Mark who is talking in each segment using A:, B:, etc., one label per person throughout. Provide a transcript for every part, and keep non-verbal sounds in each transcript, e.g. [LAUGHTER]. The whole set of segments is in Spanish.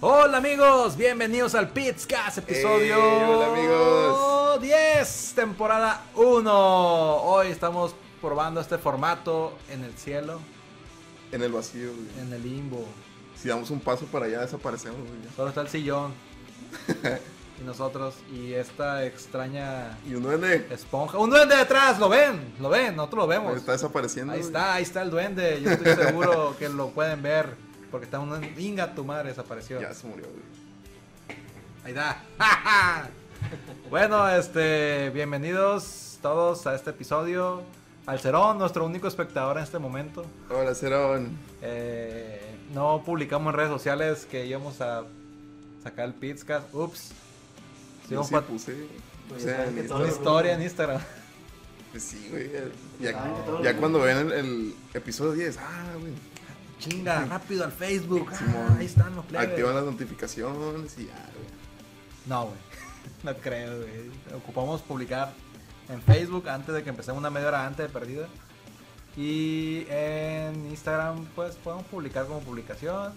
A: Hola amigos, bienvenidos al Pizcast episodio
B: Ey, hola, amigos.
A: 10, temporada 1. Hoy estamos probando este formato en el cielo,
B: En el vacío, güey.
A: en el limbo.
B: Si damos un paso para allá, desaparecemos, güey.
A: Solo está el
B: [LAUGHS]
A: sillón. y nosotros y esta extraña
B: Y uno duende
A: esponja. Un duende detrás, lo ven, lo ven, nosotros lo
B: güey,
A: vemos.
B: está desapareciendo.
A: Ahí
B: güey.
A: está, ahí está el duende. Yo estoy seguro que lo pueden ver. Porque está un inga tu madre desapareció.
B: Ya se murió, güey.
A: Ahí da. [LAUGHS] bueno, este, bienvenidos todos a este episodio. Alcerón, nuestro único espectador en este momento.
B: Hola, Cerón.
A: Eh, no publicamos en redes sociales que íbamos a sacar el Pizcast. Ups.
B: Yo
A: Hicimos
B: sí
A: pat-
B: puse. O
C: Pues
B: sea,
C: ya que
B: ni-
C: todo-
A: una historia en Instagram.
B: pues sí, güey. eh, Ya,
C: Ah, que todo
B: ya
C: lo-
B: cuando ven el, el episodio 10, ah, güey.
A: Chinga, rápido al Facebook. Ah,
B: Simón.
A: ahí están los plebes.
B: Activan las notificaciones y ya, güey.
A: No, güey. [LAUGHS] No creo, güey. Ocupamos publicar en Facebook antes de que empecemos una media hora antes de perdida. Y en Instagram, pues podemos publicar como publicación.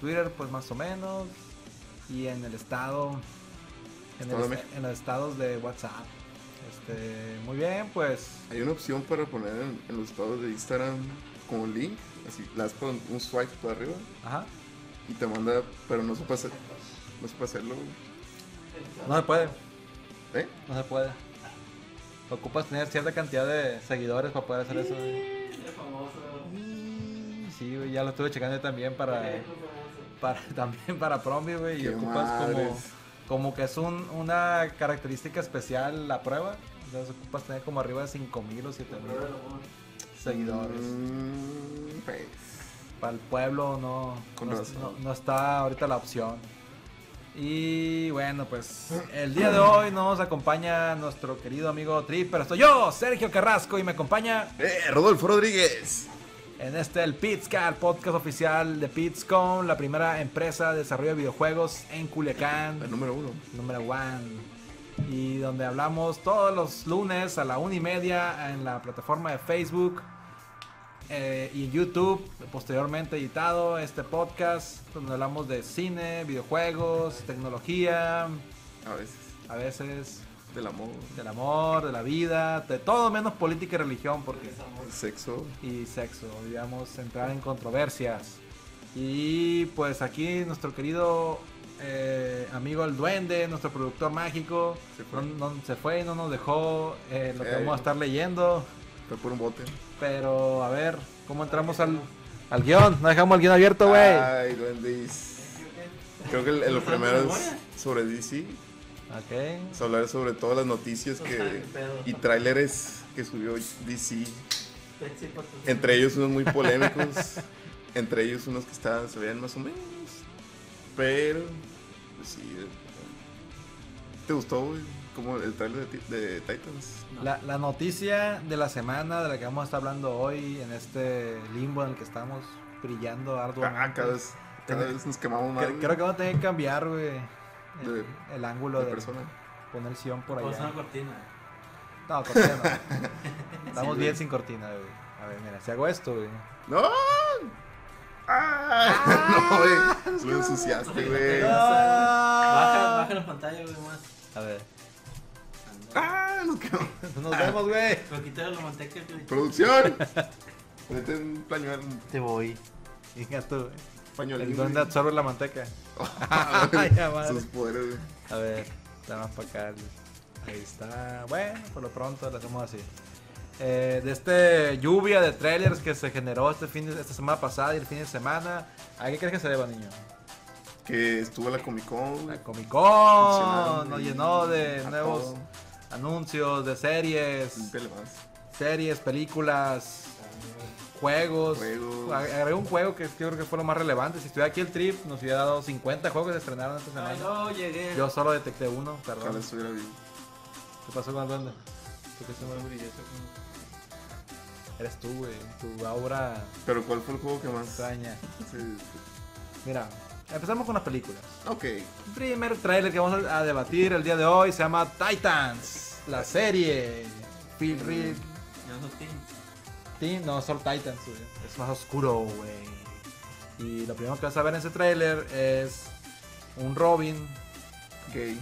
A: Twitter, pues más o menos. Y en el estado. En, el
B: Estado de
A: est-
B: México.
A: en los estados de WhatsApp. Este, muy bien, pues.
B: Hay una opción para poner en, en los estados de Instagram como un link. Así, le das con un swipe para arriba
A: Ajá.
B: y te manda, pero no se pasa. No se pasa hacerlo, güey.
A: No se puede,
B: ¿Eh?
A: no se puede. Ocupas tener cierta cantidad de seguidores para poder hacer eso. güey.
C: El famoso.
A: Sí, güey, ya lo estuve checando yo también para. para, [LAUGHS] también para Promi, güey, y
B: Qué
A: ocupas como,
B: madres.
A: como que es un- una característica especial la prueba. Entonces ocupas tener como arriba de 5000 o 7000 seguidores.
B: Mm, pues.
A: Para el pueblo no,
B: Con
A: no,
B: razón.
A: no- no está ahorita la opción. Y bueno, pues el día de hoy nos acompaña nuestro querido amigo Trip, pero soy yo, Sergio Carrasco, y me acompaña
B: Eh, Rodolfo Rodríguez.
A: En este, el Pizca, el podcast oficial de Pizcom, la primera empresa de desarrollo de videojuegos en Culiacán.
B: El número uno.
A: número one y donde hablamos todos los lunes a la una y media en la plataforma de Facebook eh, y YouTube posteriormente editado este podcast donde hablamos de cine, videojuegos, tecnología,
B: A veces.
A: a veces
B: Del amor.
A: del amor, de la vida, de todo menos política y religión porque
B: Del sexo.
A: y sexo, digamos, entrar en controversias. Y pues aquí nuestro querido eh, amigo el duende, nuestro productor mágico,
B: Se fue.
A: no, no- se fue, no nos dejó eh, lo que
B: Eh.
A: vamos a estar leyendo.
B: Fue por un bote.
A: Pero a ver, ¿cómo entramos al, al guión? No dejamos el guión abierto, güey.
B: Ay, duendes. Creo que el- el- lo primero es sobre DC.
A: Ok.
B: Es hablar sobre todas las noticias que y tráileres que subió DC. Entre ellos unos muy polémicos. entre ellos unos que estaban, se veían más o menos. Pero, pues sí. eh, ¿Te gustó güey? como el trailer de, ti- de Titans?
A: La, la noticia de la semana de la que vamos a estar hablando hoy en este limbo en el que estamos brillando arduamente.
B: Ah, cada vez, cada vez nos quemamos más.
A: Cre-
B: güey,
A: pues, Creo que vamos a tener que cambiar, güey. El,
B: De-
A: el ángulo
B: de
A: de, [LAUGHS]
B: persona.
A: poner el sillón por
C: Pues una
A: allá.
C: cortina.
A: No, cortina no. Estamos bien sin cortina, güey. A ver, mira, si hago esto, güey.
B: ¡No! ¡Ah! [LAUGHS] No, güey. Tú lo ensuciaste, güey.
C: No.
A: Ah.
C: Baja, baja la pantalla, güey, más.
A: A ver. [LAUGHS]
B: ¡Ah! Nos quemamos.
A: Nos vemos, güey.
C: Pero quítale la manteca, güey.
B: ¡Producción! [LAUGHS] Mete un pañuelo. Un
C: Te voy.
A: Venga tú, güey.
B: pañuelín,
A: El duende
B: güey.
A: absorbe la manteca. [LAUGHS]
B: Ah, güey. [LAUGHS]
A: Ay, ya madre.
B: Sus poderes, güey.
A: A ver, la más para acá. güey. Ahí está. Bueno, por lo pronto lo hacemos así. Eh, de este lluvia de trailers que se generó este fin de- esta semana pasada y el fin de semana. ¿A qué crees que se deba, niño?
B: Que estuvo la Comic Con. güey.
A: La Comic Con
B: Funcionaron,
A: nos
B: güey.
A: llenó de
B: A
A: nuevos
B: todo.
A: anuncios, de series,
B: Límpiale más.
A: series, películas, juegos.
B: Juegos.
A: A- Agregué un juego que yo creo que fue lo más relevante. Si estuviera aquí el trip, nos hubiera dado 50 juegos que se estrenaron esta semana.
C: Ay, no, llegué.
A: Yo solo detecté uno,
B: Ojalá
A: perdón.
B: estuviera vivo.
A: ¿Qué pasó con el duende? ¿Por qué se me- Eres tú, güey. Tu aura
B: Pero ¿cuál fue el juego que más?
A: extraña.
B: Sí.
A: Mira, empezamos con las películas.
B: Ok.
A: El primer tráiler que vamos a a debatir el día de hoy se llama Titans, la serie. Phil Reed,
C: Yo no tengo.
A: Teen, no, Soul Titans, güey. Es más oscuro, güey. Y lo primero que vas a ver en ese tráiler es un Robin
B: Gay.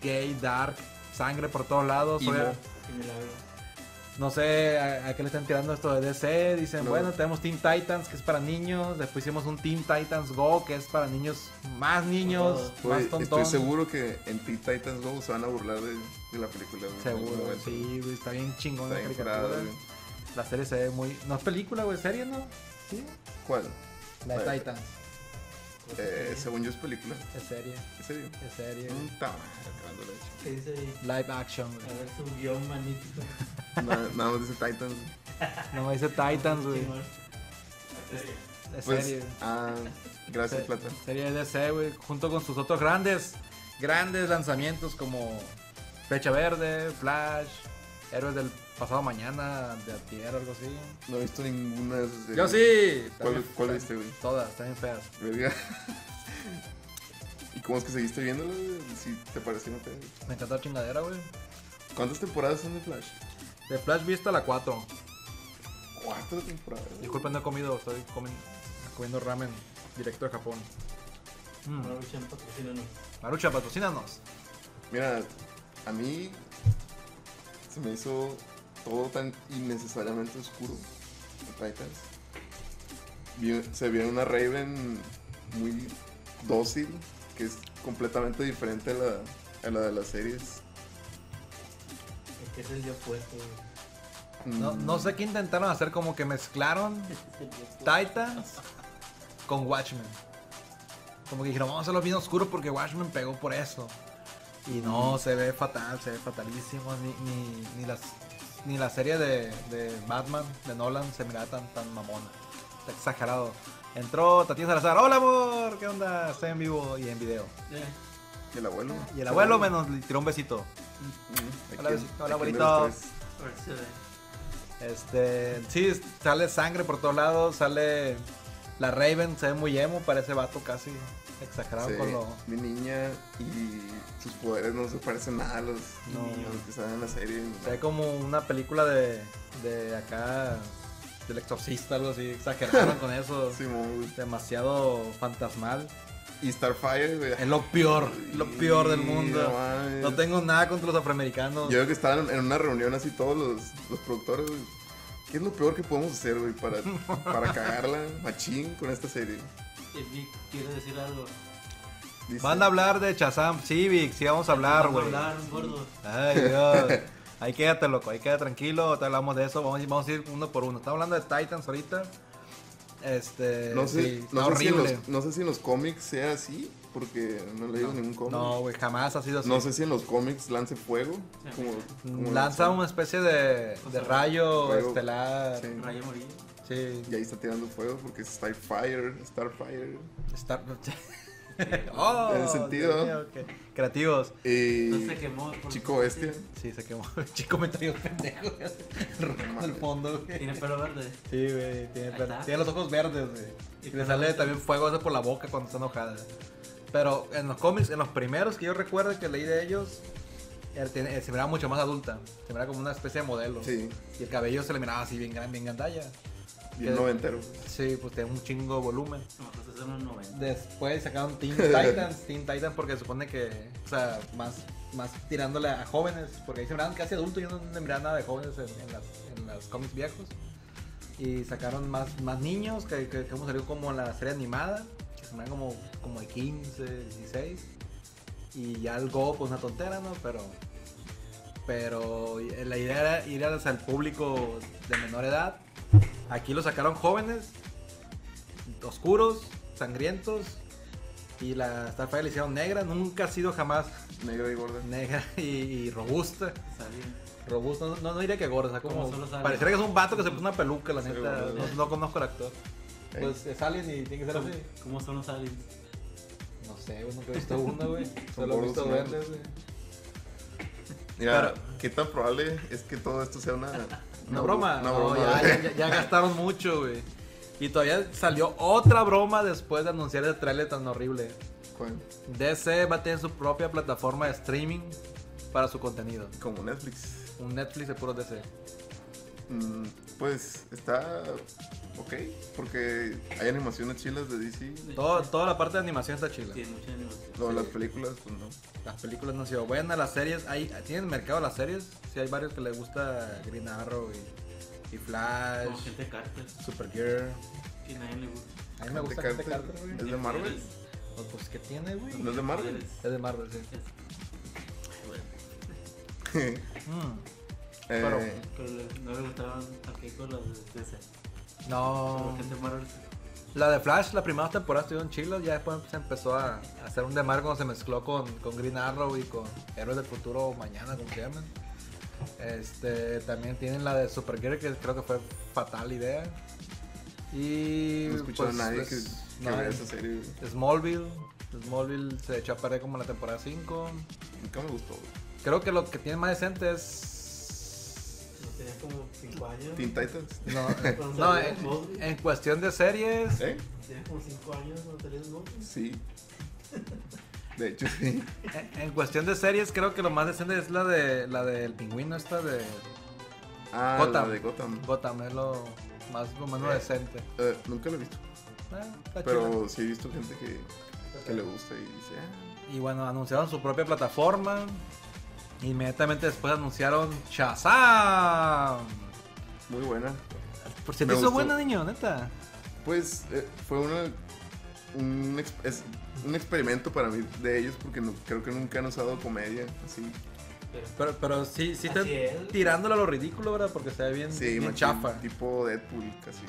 A: gay, dark, sangre por todos lados.
B: Emo.
A: oye,
C: Que me la veo.
A: no sé a, a qué le están tirando esto de DC. Dicen,
B: No.
A: bueno, tenemos Teen Titans que es para niños. Después hicimos un Teen Titans Go que es para niños más niños,
B: Güey,
A: más tontón.
B: estoy seguro que en Teen Titans Go se van a burlar de, de la película. güey, en algún
A: Seguro,
B: momento.
A: sí, güey, está bien chingón
B: Está
A: la
B: bien
A: caricatura.
B: parada, güey.
A: La serie se ve muy. No es película, güey, serie, ¿no? Sí.
B: ¿Cuál?
A: La de
B: Bueno.
A: Titans.
B: Eh, según yo es película.
A: Es serie,
B: ¿En serio?
A: es serie.
B: Puta madre, acabando la hecha.
A: [LAUGHS]
C: ¿Qué dice ahí?
A: Live action, güey.
C: A ver su guión magnífico.
B: Nada, nada más dice Titans.
A: No me dice Titans, güey.
C: Chingón. Este,
A: Es
B: Pues,
A: serie.
B: ah, gracias,
A: Se-
B: Plata.
A: Serie DC, güey, junto con sus otros grandes, grandes lanzamientos como Fecha Verde, Flash, Héroes del pasado mañana, de Tierra, algo así.
B: No he visto ninguna de esas series.
A: Yo sí.
B: ¿Cuál,
A: También-
B: cuál viste, güey?
A: Todas, están bien feas.
B: Verga. [LAUGHS] ¿Y cómo es que seguiste viéndolo? güey? Si te pareció no te...
A: Me encantó la chingadera, güey.
B: ¿Cuántas temporadas son de Flash?
A: De Flash Vista la 4.
B: Cuatro temporadas. güey.
A: Disculpen, no he comido, estoy comi- comiendo ramen directo de Japón. Mm.
C: No luchan patrocínanos.
A: Marucha, patrocínanos.
B: Mira, a mí se me hizo todo tan innecesariamente oscuro. de Titans. Vi- se vio una Raven muy dócil, que es completamente diferente a la, a la de las series.
C: Es que es el día opuesto, güey.
A: No,
B: Mm,
A: no sé qué intentaron hacer, como que mezclaron
C: [LAUGHS] Es el día opuesto.
A: Titans con Watchmen. Como que dijeron, vamos a hacerlo bien oscuro porque Watchmen pegó por eso. Y no, se ve fatal, se ve fatalísimo. Ni, ni, ni, las, ni la serie de, de Batman, de Nolan, se miraba tan, tan mamona. Está exagerado. Entró Tatiana Salazar, hola amor, ¿qué onda? Estoy en vivo y en video.
C: Eh,
B: ¿Y el abuelo?
A: Y el abuelo me nos tiró un besito.
B: Mm, ¿a
A: Hola,
B: quién-
A: besi- hola,
B: a quién de
A: abuelito.
B: los tres?
C: a ver si se ve.
A: Este, sí, sale sangre por todos lados, sale la Raven, se ve muy emo, parece vato casi exagerado
B: Sí,
A: con lo...
B: Mi niña y sus poderes no se parecen nada a los,
A: No.
B: a los que salen en la serie.
A: Se ve como una película de, de acá, del exorcista, algo así, exageraron con
B: [LAUGHS]
A: eso.
B: Simón, güey.
A: Demasiado fantasmal.
B: Y Starfire, güey.
A: Es lo peor, lo peor del mundo.
B: No mames.
A: No tengo nada contra los afroamericanos.
B: Yo creo que estaban en una reunión así todos los, los productores, güey. ¿Qué es lo peor que podemos hacer, güey,
A: [LAUGHS]
B: para, para cagarla machín con esta serie?
C: Eh, Vic, quiero decir algo.
B: Dice-
A: Van a hablar de Chazam Civic, sí vamos a hablar,
C: Vamos
A: güey.
C: a hablar, gordo.
A: Ay, Dios.
B: [LAUGHS]
A: Ahí quédate, loco. Ahí quédate tranquilo. Te hablamos de eso. Vamos, vamos a ir uno por uno. Estamos hablando de Titans ahorita. Este.
B: No sé,
A: sí, está
B: no, sé si en
A: horrible.
B: los, no sé si en los cómics sea así, porque no he leído ningún cómic.
A: No, güey, jamás ha sido así. Mm,
B: No sé si en los cómics lance fuego.
C: Sí.
B: Como, como
A: Lanza
B: lanzan.
A: una especie de, de rayo,
B: Rayo.
A: estelar.
B: Sí.
C: Rayo Morillo.
A: Sí.
B: Y ahí está tirando fuego porque es Starfire, Starfire.
A: [LAUGHS] Star- oh,
B: Tiene sentido,
A: Dios
B: ¿no?
A: mío, qué Creativos.
B: Y
C: No se quemó. por-
B: Chico este. Bestia.
C: [LAUGHS]
A: Sí, se quemó. [LAUGHS] Chico me traía un pendejo. Rojo al fondo, güey.
C: Tiene pelo verde.
A: Sí, güey, tiene,
C: Ahí
A: per-
C: está.
A: tiene los ojos verdes, güey.
C: Y
A: Y le
C: pues,
A: sale
C: ahorita-
A: también fuego ese por la boca cuando está enojada. Pero en los cómics, en los primeros que yo recuerdo que leí de ellos, él tiene- eh, se miraba mucho más adulta. Se miraba como una especie de modelo.
B: Sí,
A: Y el cabello se le miraba así bien grande, bien gandalla.
B: bien
A: ¿Qué?
B: noventero.
A: Sí, pues tenía un chingo de volumen.
C: Nosotros pues, son los 90.
A: Después sacaron Teen Titans, Teen Titans porque supone que, o sea, más, más tirándole a jóvenes, porque ahí se miraban casi adultos, yo no me miraba nada de jóvenes en, en las, en las cómics viejos. Y sacaron más, más niños, que, que, que hemos salido como en la serie animada, que se miraban como, como de 15, 16. Y ya el Go, pues una tontera, ¿no? Pero, pero la idea era ir hacia el público de menor edad. Aquí lo sacaron jóvenes, oscuros, sangrientos. Y la estafa le hicieron negra, nunca ha sido jamás
B: Negra y gorda.
A: negra [LAUGHS] y, y robusta.
C: Está bien.
A: Robusta, no, no diría que gorda, o sea, como.
C: Como solo sale.
A: Pareciera que es un vato que se puso una peluca, la
B: Sí,
A: neta.
B: gordo,
A: No,
C: sí.
A: no conozco al actor.
B: Ey.
A: Pues es alien y tiene que ser
C: ¿Cómo,
A: así.
C: cómo son los aliens?
A: No sé, güey, nunca he visto uno, [LAUGHS] güey. Solo he
B: gordos,
A: visto
B: ¿no?
A: verdes, güey.
B: Mira,
A: Pero-
B: ¿qué tan probable es que todo esto
A: [LAUGHS]
B: sea una,
A: Una broma.
B: Una
A: No,
B: broma. ¿eh?
A: ya, ya- ya gastaron mucho, güey. Y todavía salió otra broma después de anunciar el trailer tan horrible.
B: Con-
A: DC va a tener su propia plataforma de streaming para su contenido.
B: Como Netflix.
A: Un Netflix de puro DC.
B: Mm, pues está Ok, porque hay animaciones chilas de DC.
A: Todo- toda la parte de animación está chila.
D: Tiene mucha animación.
B: No, las películas, pues no.
A: Las películas no han sido buenas, las series, hay, ¿tienen mercado las series? Sí, hay varios que les gusta Green Arrow y, y
D: Como
A: Flash,
D: gente Carter,
A: Supergirl.
D: que nadie le gusta.
A: A mí me gusta
B: Gente
A: Gente
B: Carter.
A: Carter, güey.
B: ¿Es de Marvel?
A: Pues, Pues que tiene, güey.
B: ¿No es de Marvel?
A: Es de Marvel, sí.
D: Bueno,
B: [LAUGHS] Eh,
A: Mm. Pero-
D: pero le- no le gustaban a Keiko las de DC. Solo
A: No.
D: gente Marvel.
A: La de Flash, la primera temporada estuvieron chilos, ya después se empezó a a hacer un demar cuando se mezcló con, con Green Arrow y con Héroes del Futuro Mañana, como se llaman. Este, también tienen la de Supergirl, que creo que fue fatal idea. Y...
B: no he escuchado
A: pues,
B: a nadie
A: les-
B: que, que
A: no,
B: vea esa serie. güey.
A: Smallville. Smallville se echó a perder como en la temporada 5.
B: Nunca me gustó. güey.
A: Creo que lo que tiene más decente es...
C: No tenía como 5 años.
B: Teen Titans.
A: No, eh, no, en, en cuestión de series...
B: ¿Eh?
C: Tenía como 5 años cuando salió Smallville.
B: Sí. De hecho, sí.
A: Eh, En- En cuestión de series, creo que lo más decente es la de la del pingüino esta de
B: Ah,
A: Gotham.
B: la de Gotham.
A: Gotham, es lo más lo menos
B: Eh.
A: decente.
B: Eh, nunca la he visto.
A: Eh, está chida.
B: Pero sí he visto gente que, que le gusta y dice, ah,
A: Y bueno, anunciaron su propia plataforma. Inmediatamente después anunciaron Shazam.
B: muy buena.
A: Por si
B: Me
A: te hizo
B: gustó.
A: buena, niño, neta.
B: Pues eh, fue una, un, ex- es un experimento para mí de ellos porque no- creo que nunca han usado comedia así.
A: Pero, pero sí, sí
C: Así
A: te
C: es.
A: tirándole a lo ridículo, ¿verdad? Porque se ve bien,
B: Sí,
A: bien
B: machín,
A: chafa.
B: Tipo Deadpool casi.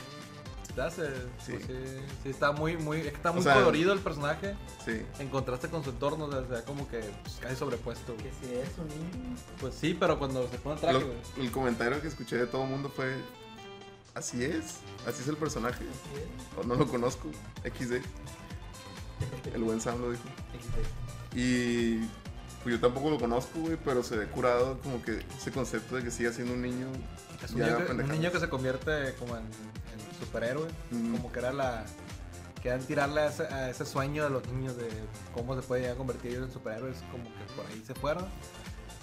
A: Te hace-
B: Sí.
A: pues sí, sí, está muy, muy, es que está
B: O
A: muy
B: sea,
A: colorido el personaje.
B: Sí.
A: En contraste con su entorno, o sea, se ve como que pues, casi sobrepuesto. güey.
C: Que si es un niño.
A: Pues sí, pero cuando se pone traje,
B: Lo-
A: güey.
B: el comentario que escuché de todo el mundo fue, así es, así es el personaje.
C: así es.
B: O no lo conozco, XD. El buen Sam lo dijo. Y pues yo tampoco lo conozco, güey, pero se ve curado como que ese concepto de que sigue siendo un niño.
A: Es un
B: ya
A: niño, que, un
B: pendejadas.
A: niño que se convierte como en, en superhéroe.
B: Mm.
A: Como que era la. Querían tirarle a ese, a ese sueño de los niños de cómo se puede llegar a convertir ellos en superhéroes. Como que por ahí se fueron.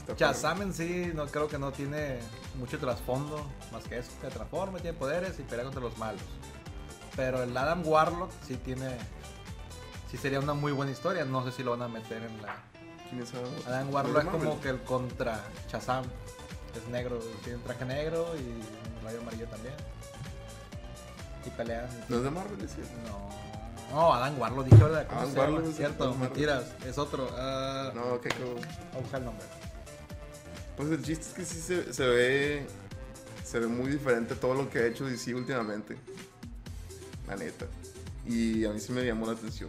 B: Está
A: Shazam en sí, no, creo que no tiene mucho trasfondo. Más que eso, que transforma, tiene poderes y pelea contra los malos. Pero el Adam Warlock sí tiene. Sí sería una muy buena historia. No sé si lo van a meter en la.
B: padre. ¿Quién es Adam? Pues,
A: Adam
B: ¿No
A: Warlock
B: es
A: es
B: de
A: como
B: Marvel?
A: que el contra Shazam. Es negro, tiene un traje negro y un rayo amarillo también. Y pelean.
B: No es de Marvel, es cierto.
A: No. No, Adam Warlock, dije, ¿verdad? ¿Cómo
B: Adam
A: se llama?
B: Warlock es
A: Cierto,
B: Adam Warlock.
A: mentiras. Es otro. ah,
B: No, ok, cabrón.
A: vamos a buscar el nombre.
B: Pues el chiste es que sí se, se ve. Se ve muy diferente a todo lo que ha hecho DC últimamente. La neta. Y a mí sí me llamó la atención.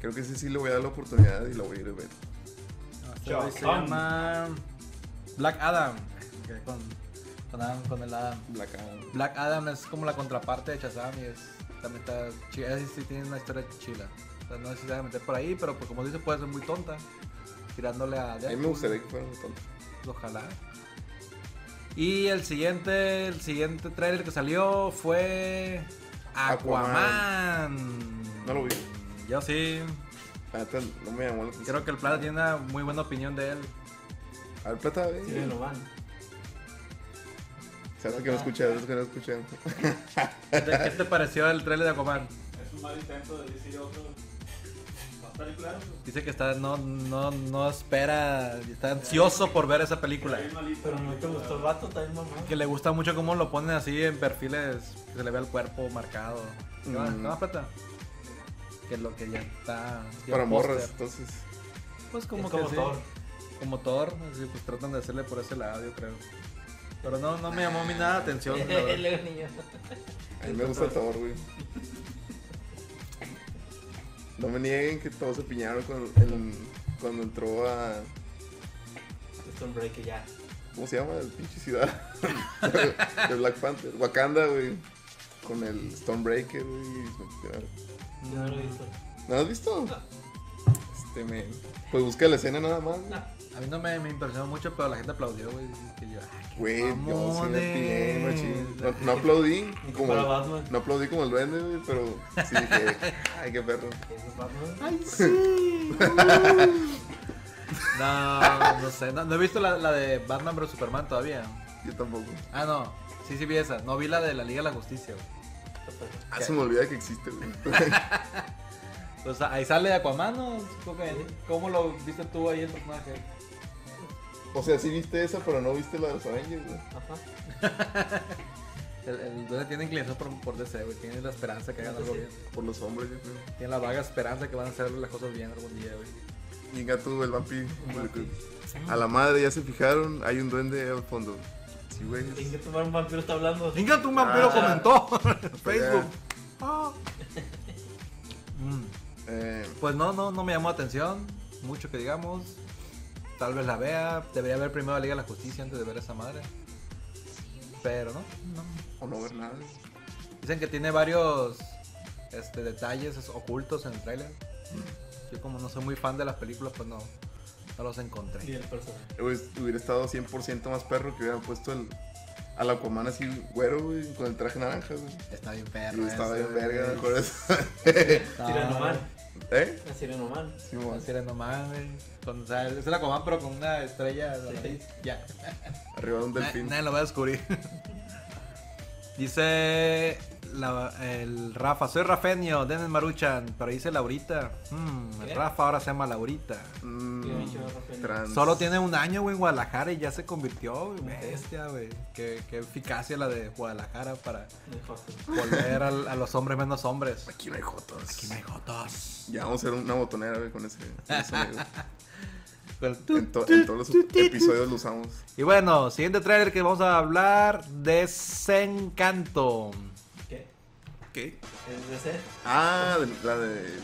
B: Creo que sí, sí le voy a dar la oportunidad y la voy a ir a ver.
A: No, este güey se
D: Shazam.
A: llama Black Adam. Me quedé Con, con, Adam, con el Adam.
B: Black Adam.
A: Black Adam es como la contraparte de Shazam y es, también está chida. Sí, sí tiene una historia chila. O sea, no sé si se va a meter por ahí, pero pues como dice, puede ser muy tonta. Tirándole a.
B: A mí me gustaría que fuera un
A: Ojalá. Y el siguiente, el siguiente tráiler que salió fue Aquaman.
B: No lo vi.
A: Yo sí.
B: La neta no me llamó la atención.
A: Creo que el Plata tiene una muy buena opinión
B: [LAUGHS]
A: de él.
B: A ver, plata, ve.
D: Sí, lo van.
B: Se hace que no escuché, es que no escuché.
A: ¿Qué te- ¿Qué te pareció el tráiler de Aquaman?
E: Es un mal intento de decir otro. Más pues, película.
A: Dice que está, no, no, no espera, está ansioso por ver esa película.
E: Bien malito.
C: Pero no te gustó el vato, está bien mamado.
A: Que le gusta mucho cómo lo ponen así en perfiles, que se le ve el cuerpo marcado. ¿Qué más,
B: Mm.
A: ¿Qué más, Plata? Que lo que ya está... ya
B: Para
A: el
B: morras,
A: póster.
B: entonces.
A: Pues
C: Es
A: como que
C: como
A: sí.
C: Thor.
A: Como Thor, así, pues tratan de hacerle por ese lado, yo creo. Pero no, no me llamó a mí nada la
D: [LAUGHS]
A: atención. la verdad. [LAUGHS]
C: Él es un niño.
B: A mí me gusta Thor, güey. No me nieguen que todos se piñaron cuando, en- cuando entró a.
C: Stonebreaker ya.
B: ¿Cómo se llama? La pinche ciudad [LAUGHS] de, de Black Panther. Wakanda, güey. Con el Stonebreaker, güey. y se tiraron.
C: Yo no lo he visto.
B: ¿No has visto? Este, me. Pues busca la escena nada más, güey.
A: A mí no me, me impresionó mucho, pero la gente aplaudió, güey. y que yo, "Ah, qué
B: Güey, yo sí me piñé,
A: mamones".
B: machín. No, no aplaudí.
C: Ni que
B: Como,
C: para Batman.
B: no aplaudí como el duende, güey, pero sí
C: [LAUGHS]
B: dije, ay, qué perro.
C: Es Batman.
A: ¡Ay, [LAUGHS] sí! Uh. no, no sé. No, no he visto la, la de Batman vs Superman todavía.
B: Yo tampoco.
A: Ah, no. Sí, Sí, sí vi esa. No vi la de la Liga de la Justicia, güey.
B: Ah, se me olvida que existe, güey.
A: Pues ahí sale Aquaman, ¿no? Coque? ¿Cómo lo viste tú ahí el personaje?
B: O sea, sí viste esa, pero no viste la de los Avengers, güey.
C: Ajá.
A: El, el duende tiene inclinación por, por DC, güey. Tiene la esperanza que hagan algo bien.
B: Por los hombres, yo creo.
A: Tiene la vaga esperanza que van a hacer las cosas bien algún día, güey.
B: Y en gato, el vampiro. A la madre, ya se fijaron, hay un duende al fondo. Sí, güey.
C: ¿En qué tomar un vampiro está hablando?
A: Venga, tu
B: vampiro
A: comentó [LAUGHS]
B: Facebook.
A: Ah. Mm,
B: Eh,
A: Pues no, no, no me llamó la atención. Mucho que digamos. Tal vez la vea. Debería ver primero la Liga de la Justicia antes de ver esa madre. Pero no, no.
B: o no ver nada.
A: Dicen que tiene varios este, detalles es- ocultos en el tráiler.
B: Mm.
A: Yo como no soy muy fan de las películas, pues no, no los encontré.
C: Y el personaje.
B: Güey, pues, Hubiera estado 100% más perro que hubieran puesto el, al Aquaman así, güero, güey, con el traje naranja, güey.
A: Está bien
B: Pero
A: perro.
B: estaba
A: ese,
B: bien verga, me
A: güey.
B: acuerdo. Ah.
A: Está-
C: Tiranoman.
B: [LAUGHS] ¿Eh?
C: La Sirenoman.
B: Sí,
A: Como
B: mo-
A: decir, no mames. Con, o sea, es la Aquaman, pero con una estrella. en la
C: Sí.
A: nariz. Ya.
B: Arriba de un
A: Na-
B: delfín.
A: nadie lo va a descubrir. [LAUGHS] dice la- el Rafa, soy Rafenio, Dennis Maruchan, pero dice Laurita. Mm,
C: ¿Qué?
A: Rafa ahora se llama Laurita.
B: Mm,
C: Yo he dicho, Rafael.
B: trans.
A: Solo tiene un año, güey, en Guadalajara y ya se convirtió, güey. Bestia, güey. Qué, qué eficacia la de Guadalajara para
C: Mejor.
A: volver al- a, los hombres menos hombres.
B: Aquí no hay jotos.
A: Aquí no hay jotos.
B: Ya vamos a hacer una botonera, güey, con ese, con
A: [LAUGHS]
B: ese amigo.
A: Con-
B: En, to- en todos los episodios lo usamos.
A: Y bueno, siguiente trailer que vamos a hablar: Desencanto.
C: ¿Qué?
B: ¿Qué?
C: ¿Es DC?
B: Ah, de- la de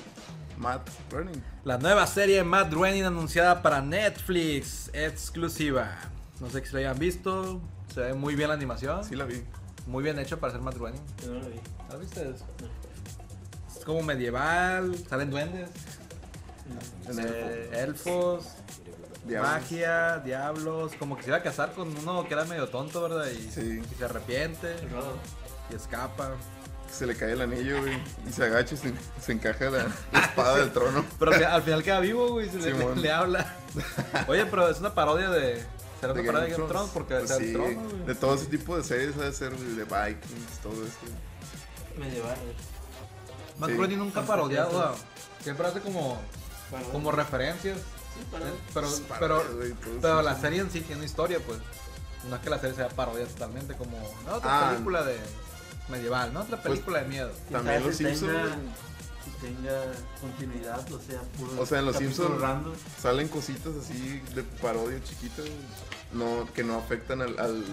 B: Matt Burning.
A: La nueva serie Matt Groening anunciada para Netflix, exclusiva. No sé si la hayan visto. Se ve muy bien la animación.
B: Sí la vi.
A: Muy bien hecho para ser Matt Groening.
C: Yo no lo vi.
A: ¿La viste? Es como medieval, salen duendes, eh, elfos,
B: Diablos.
A: magia, diablos, como que se iba a casar con uno que era medio tonto, ¿verdad? Y,
B: Sí.
A: y se arrepiente
C: El Rodo.
A: y escapa.
B: Se le cae el anillo, güey. Y se agacha y se, se encaja la, la espada del
A: [LAUGHS]
B: trono.
A: Pero al, fi- al final queda vivo, güey, se le,
B: Simón.
A: le- le
B: [LAUGHS]
A: habla. Oye, pero es una parodia de... ¿Será una
B: Game
A: parodia de
B: of
A: Game of Thrones?
B: Thrones.
A: Porque
B: Pues
A: o sea,
B: sí,
A: el trono, güey.
B: De todo ese tipo de series ha de ser güey, de Vikings, todo eso.
C: Medieval.
A: Matt
B: Sí.
A: Groening nunca ha parodiado, o sea, siempre hace como,
C: Bueno,
A: como referencias,
C: Sí, para.
A: pero,
B: Pues, para
A: pero,
B: ver, güey, todo
A: pero
B: eso.
A: la serie en sí tiene una historia, pues. No es que la serie sea parodia totalmente, como ¿no? otra
B: Ah.
A: película de medieval, ¿no? Otra
B: Pues,
A: película de miedo.
B: También los
D: si tenga,
B: Simpsons
D: si tenga continuidad, o sea, puro
B: O sea, en los
D: capítulo
B: Simpson-
D: random.
B: salen cositas así de parodias chiquitas güey, no, que no afectan al, al,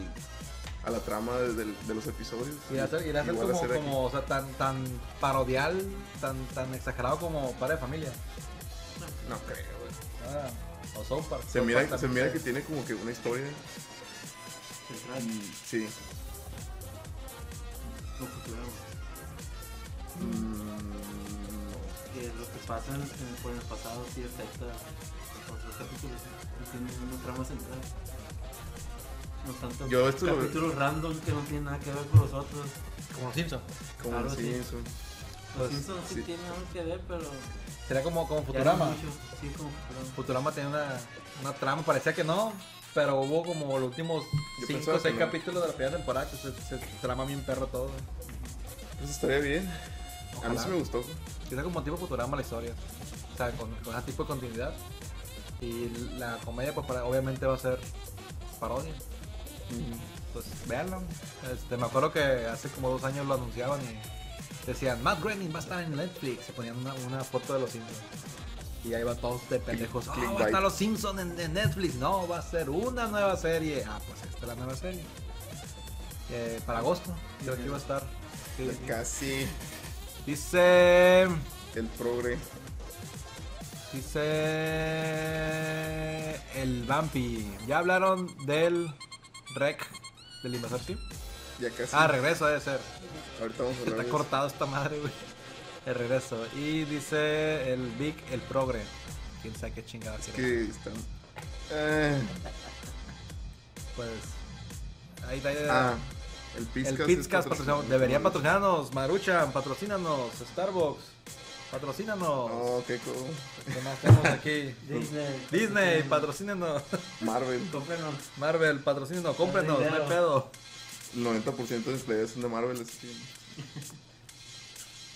B: a la trama de, del- de los episodios.
A: Y la hacer, y la hacer
B: Igual
A: como,
B: hacer aquí.
A: como, o sea, tan, tan parodial, tan, tan exagerado como Padre de Familia.
B: No creo, güey.
A: Ah, o South Park.
B: Se
A: South Park
B: mira, se
A: también
B: mira
A: es-
B: que tiene como que una historia.
D: central,
B: y- Sí.
D: lo futuro, güey.
B: Mm, no.
D: Que lo que pasa en, en- por el pasado sí afecta a otros capítulos. Y tiene una trama central. No tanto
B: Yo esto lo-
D: capítulos random que no tienen nada que ver con los otros.
A: Como los Simpsons.
B: Como
D: Algo
B: los
D: así.
B: Simpsons.
D: Los
A: Pues,
D: Simpsons sí,
B: sí.
D: tienen algo que ver, pero.
A: Sería como, como
D: ya no
A: Futurama.
D: mucho. Sí, como
B: Pues,
D: Futurama.
A: Futurama tenía una, una trama, parecía que no, pero hubo como los últimos
B: Yo
A: 5
B: pensaba
A: o
B: que
A: 6
B: no.
A: capítulos de la primera temporada que se, se trama bien perro todo. eh.
B: Pues estaría bien. A mí
A: Ojalá.
B: sí me gustó.
A: Quizá como tipo Futurama la historia, o sea, con, con ese tipo de continuidad. Y la comedia, pues para- obviamente va a ser parodia. Pues véanlo. Este, me acuerdo que hace como dos años lo anunciaban y decían, Matt Groening va a estar en Netflix. Se ponían una, una foto de los Simpsons. Y ahí van todos de pendejos. "Ah, va a
B: clickbait".
A: estar los Simpsons en, en Netflix. No, va a ser una nueva serie. Ah, pues esta es la nueva serie. Eh, para agosto, creo que iba a estar. Sí.
B: Casi
A: Dice.
B: el progre.
A: Dice. El Vampi. Ya hablaron del Rec del Invasor Sim.
B: Ya casi.
A: Ah, regreso debe ser.
B: Ahorita vamos a hablar.
A: Está
B: de eso.
A: cortado esta madre, güey. El regreso. Y dice el Big, el progre. Quién sabe qué chingada
B: Es
A: quiere.
B: que están. Eh,
A: Pues. Ahí está. ahí está.
B: ah, el
A: el
B: Pizcas.
A: Pizcas patrocinado. Debería patrocinarnos. Maruchan, patrocínanos. Starbucks, patrocínanos.
B: No, Oh, qué cool.
A: ¿Qué más tenemos
B: [LAUGHS]
A: aquí?
B: pues,
C: Disney.
A: Disney, [LAUGHS] patrocínanos.
B: Marvel.
C: Cómprenos.
A: Marvel, patrocínanos. Cómprenos, no hay
C: dinero.
A: pedo.
B: 90% de mis players son de Marvel, así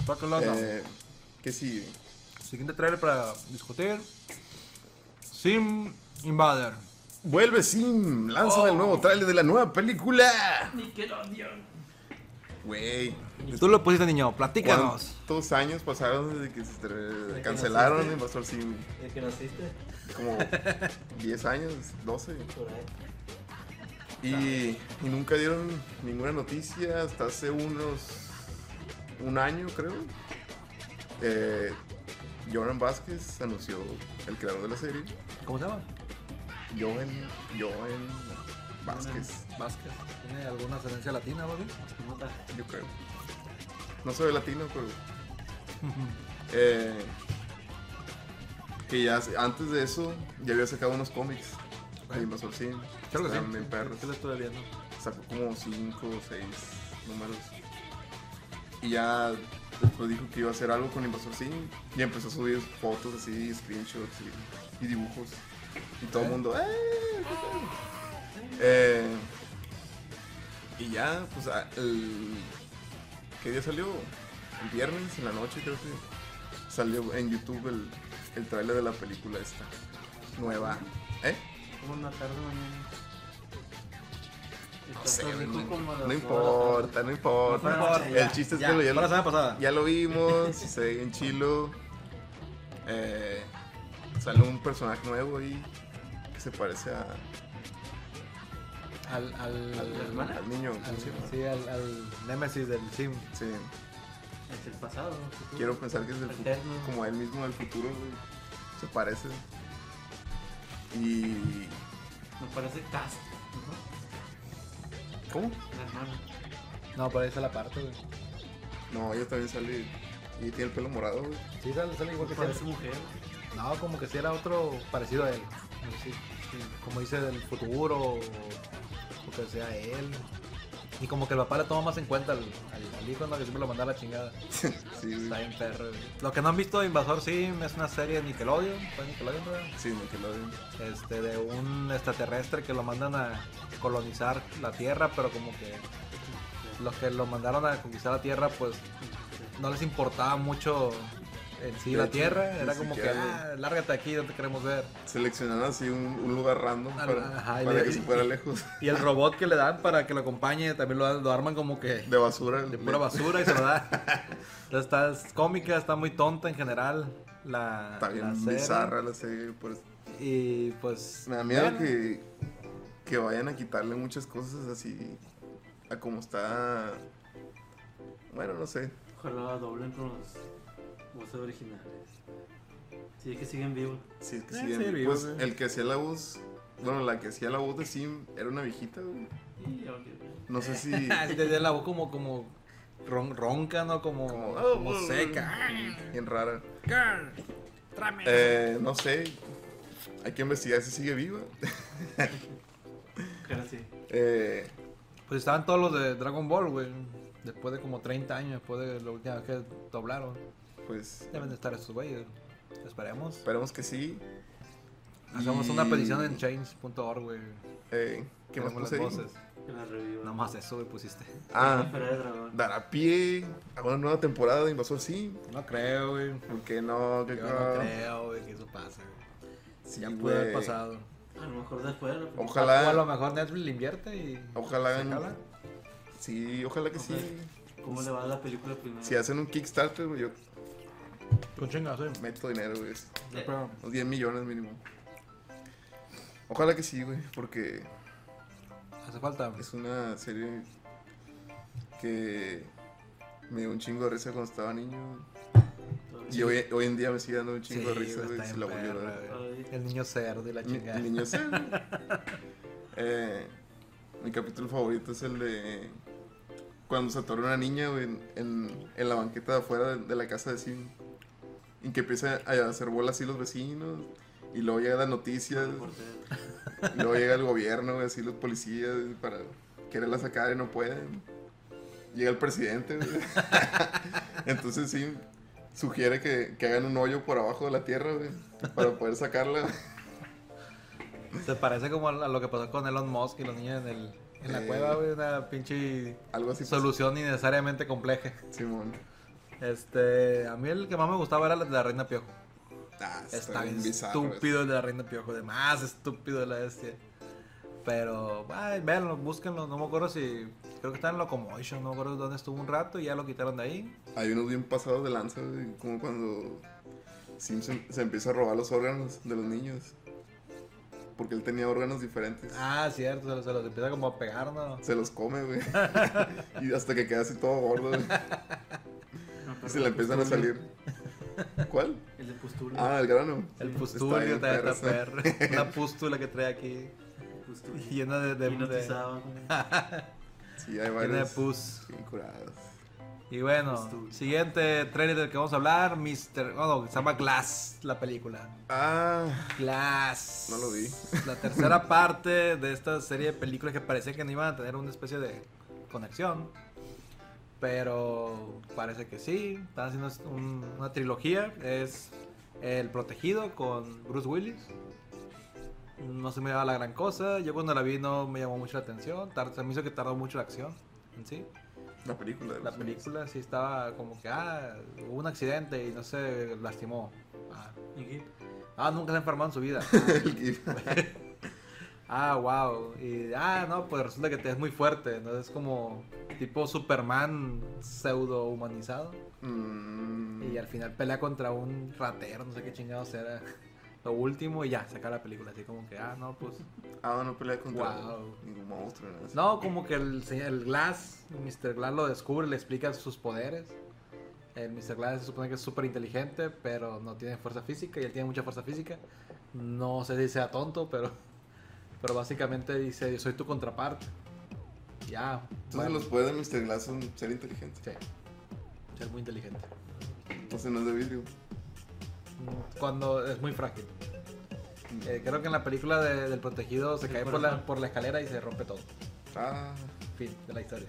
A: Toca
B: que.
A: loco.
B: eh, ¿Qué sigue?
A: Siguiente trailer para discutir. Sim Invader.
B: Vuelve Sim, lanza el
A: Oh.
B: nuevo tráiler de la nueva película.
D: Nickelodeon.
B: Güey,
A: Tú lo pusiste, niño. Platícanos.
B: ¿cuántos años pasaron desde que se estren-
C: que
B: cancelaron
C: naciste.
B: Invasor Sim?
C: ¿El que naciste?
B: Como [LAUGHS] 10 años, 12.
C: Por ahí.
B: Y, y nunca dieron ninguna noticia hasta hace unos. un año, creo. Eh, Joran Vázquez anunció, el creador de la serie,
A: ¿Cómo se llama?
B: Johan, Johan Vázquez,
A: Vázquez. ¿Tiene alguna ascendencia latina, Bobby?
D: Nota.
B: yo creo. No soy latino,
A: [LAUGHS]
B: pero. eh, que ya se- antes de eso ya había sacado unos cómics de Invasor Sim.
A: Creo que sí.
B: Estaban bien perros.
A: ¿Qué le estoy viendo?
B: sacó como 5 o 6 números. Y ya después dijo que iba a hacer algo con Invasor Sim. Y empezó a subir fotos así, screenshots y, y dibujos. Y todo el mundo, ¡eh! ¿qué tal?". Eh, y ya, pues, a- el, ¿qué día salió? El viernes en la noche, creo que salió en YouTube el, el trailer de la película esta. Nueva. ¿Eh?
D: Como una tarde mañana.
B: No sé,
D: Estás rico
B: no-
D: como a las
B: no
D: dos horas.
B: importa, no importa.
A: No importa,
B: El chiste es que lo, ya,
A: Fue la
B: lo,
A: semana pasada.
B: ya lo vimos, se ve en chilo. Eh, sale un personaje nuevo ahí que se parece a,
A: Al, al,
B: al,
D: hermana?
B: al niño. ¿cómo
A: al-
B: se llama?
A: Ah, sí, al, al Némesis del Sim.
B: Sí.
D: Es el pasado. ¿no? Futuro.
B: Quiero pensar que es del futuro,
D: Alterno.
B: como él mismo del futuro, güey. Se parece. Y.
D: Nos parece Cast.
B: ¿Cómo?
D: La hermana.
A: No, pero ahí está la parte, güey.
B: No, ella también sale. Y tiene el pelo morado, güey.
A: Sí, sale, sale igual que
D: Parece
A: siempre.
D: mujer.
A: No, como que si era otro parecido a él. No sé si- Como dice del futuro o, o que sea él. Y como que el papá le toma más en cuenta al, al, al hijo, ¿no? que siempre lo manda a la chingada.
B: Sí,
A: Está
B: güey.
A: bien perro. güey. Lo que no han visto de Invasor Sim es una serie de Nickelodeon, fue Nickelodeon, ¿verdad?
B: Sí, me quedó bien.
A: este, de un extraterrestre que lo mandan a colonizar la Tierra, pero como que los que lo mandaron a conquistar la Tierra, pues no les importaba mucho en sí
B: De
A: la
B: hecho,
A: Tierra,
B: ni
A: era como que,
B: siquiera-
A: ah, lárgate aquí, no te queremos ver.
B: Seleccionaron así un, un lugar random
A: Al-
B: para,
A: ajá, y
B: para
A: le-
B: que
A: [LAUGHS]
B: se fuera lejos.
A: Y el robot que le dan para que lo acompañe también lo, lo arman como que
B: De basura.
A: de pura basura y se lo dan. Entonces [LAUGHS] está es cómica, está muy tonta en general la,
B: Está
A: la
B: bien
A: serie.
B: bizarra la serie. por eso.
A: Y pues...
B: Me da miedo
A: bueno,
B: que, que vayan a quitarle muchas cosas así a como está. Bueno, no sé.
D: Ojalá la doblen con los voces originales. Si es que siguen vivos.
B: Si es que
A: Eh,
B: siguen-
A: sí, vivo,
B: pues
A: güey.
B: el que hacía la voz. Bueno, la que hacía la voz de Sim era una viejita, güey.
D: Y ya valió, güey.
B: No sé si.
A: [LAUGHS]
B: [LAUGHS]
A: Desde la voz como, como ron- ronca, ¿no? Como,
B: Como- "Oh,
A: como, seca. Ah.
B: Bien rara. Eh, no sé. Hay que investigar si sigue viva. [LAUGHS]
D: Ojalá sí.
B: Eh,
A: Pues estaban todos los de Dragon Ball, güey. Después de como 30 años, después de la última vez que doblaron.
B: pues
A: Deben de estar estos güeyes. Esperemos.
B: esperemos que sí.
A: Hacemos
B: Y-
A: una petición en change.org, güey.
B: Eh, ¿Qué más
A: Queremos
B: puse ahí?
D: Que la revivan.
A: Nada más eso, güey, pusiste.
B: Ah,
D: Fuera de dragón.
B: dará pie a una nueva temporada de Invasor Sim.
A: No creo, güey.
B: Porque no, que
A: Yo no creo, güey, que eso pase, güey.
B: Sí,
A: Ya pudo haber
B: güey.
A: pasado.
D: A lo mejor después. de la película.
A: O a lo
B: Ojalá,
A: mejor Netflix le invierte y.
B: ojalá,
A: ¿Se cala?
B: sí, ojalá que sí.
D: ¿Cómo le va a la película primero?
B: Si hacen un Kickstarter, güey, yo
A: Un chingazo, güey.
B: meto dinero, güey. es
D: Eh,
A: Pero-
B: Unos 10 millones mínimo. Ojalá que sí, güey, porque
A: Hace falta.
B: es una serie que me dio un chingo de risa cuando estaba niño.
D: todavía-
B: Y hoy, hoy en día me sigue dando un chingo de
A: Sí,
B: risa,
A: güey,
B: güey,
A: está
B: si
A: bien
B: la voy a
A: perra,
B: llorar.
A: güey. El niño cerdo y la
B: Mi,
A: chingada.
B: mi niño sí. Eh, mi capítulo favorito es el de cuando se atoró una niña güey, en, en- en la banqueta de afuera de, de la casa de Sim. Y que empieza a hacer bolas así los vecinos. Y luego llega las noticias.
D: Porque-
B: y luego llega el gobierno, güey, así los policías güey, para quererla sacar y no pueden. Llega el presidente. güey. Entonces Sim sugiere que, que hagan un hoyo por abajo de la tierra güey, para poder sacarla.
A: Se parece como a lo que pasó con Elon Musk y los niños en el En la
B: Eh,
A: cueva, güey, una pinche
B: Algo así. pues,
A: solución innecesariamente compleja.
B: Simón.
A: Este, a mí el que más me gustaba era el de la Reina Piojo.
B: Ah, está,
A: Está
B: bien
A: bien
B: bizarro.
A: estúpido el de la Reina Piojo, de más estúpido la bestia. Pero, ay, véanlo, búsquenlo, no me acuerdo si. Creo que está en Locomotion, no me acuerdo dónde estuvo un rato y ya lo quitaron de ahí.
B: Hay unos bien pasados de lanza, güey, como cuando Simpson se empieza a robar los órganos de los niños. Porque él tenía órganos diferentes.
A: Ah, cierto, se los, se los empieza como a pegar, ¿no?
B: Se los come, güey. [LAUGHS] y hasta que queda así todo gordo, güey. Y [LAUGHS] se le empiezan a salir. ¿Cuál?
D: El de Pustulio.
B: Ah, el grano.
A: El
B: Está
A: pustulio
B: bien,
A: está
B: perro,
A: está
B: está-
A: perro. [LAUGHS] Una pústula que trae aquí
B: [LAUGHS]
D: Pustulio.
A: llena de, de, de-
D: Hipnotizado.
B: Ah. Sí, hay
A: llena de
B: varios.
A: pus.
B: Bien curados.
A: Y bueno,
D: Pustulio.
A: siguiente trailer del que vamos a hablar, Mr. Oh, no, se llama Glass, la película.
B: Ah,
A: Glass.
B: No lo vi.
A: [LAUGHS] La tercera parte de esta serie de películas que parecía que no iban a tener una especie de conexión. Pero parece que sí. Están haciendo un- una trilogía. Es El Protegido con Bruce Willis. No se me daba la gran cosa. Yo cuando la vi no me llamó mucho la atención. Tar- se me hizo que tardó mucho la acción en sí.
B: la película. de
A: La
B: los-
A: película sí estaba como que, ah, hubo un accidente y no se lastimó. Ah,
D: ¿Y
A: ah, nunca se ha enfermado en su
B: [LAUGHS]
A: vida.
B: [LAUGHS] El GIF.
A: Ah, wow. Y, ah, no, pues resulta que te es muy fuerte, ¿no? Es como tipo Superman pseudo humanizado.
B: Mm,
A: Y al final pelea contra un ratero, no sé qué chingados era. [LAUGHS] Lo último y ya, saca la película. Así como que, ah, no, pues.
B: Ah, no pelea contra
A: Wow.
B: ningún monstruo. nada.
A: No, como que el, señor- el Glass, Mr. Glass lo descubre, le explica sus poderes. El Mr. Glass se supone que es súper inteligente, pero no tiene fuerza física y él tiene mucha fuerza física. No sé si sea tonto, pero, pero básicamente dice, yo soy tu contraparte. Ya.
B: Entonces los poderes de Mr. Glass son ser inteligentes.
A: Sí. Ser muy inteligente.
B: Entonces no es de vidrio.
A: Cuando es muy frágil. Eh, creo que en la película de- del protegido se
D: El
A: cae por la,
D: corazón.
A: por la escalera y se rompe todo.
B: Ah,
A: Fin de la historia.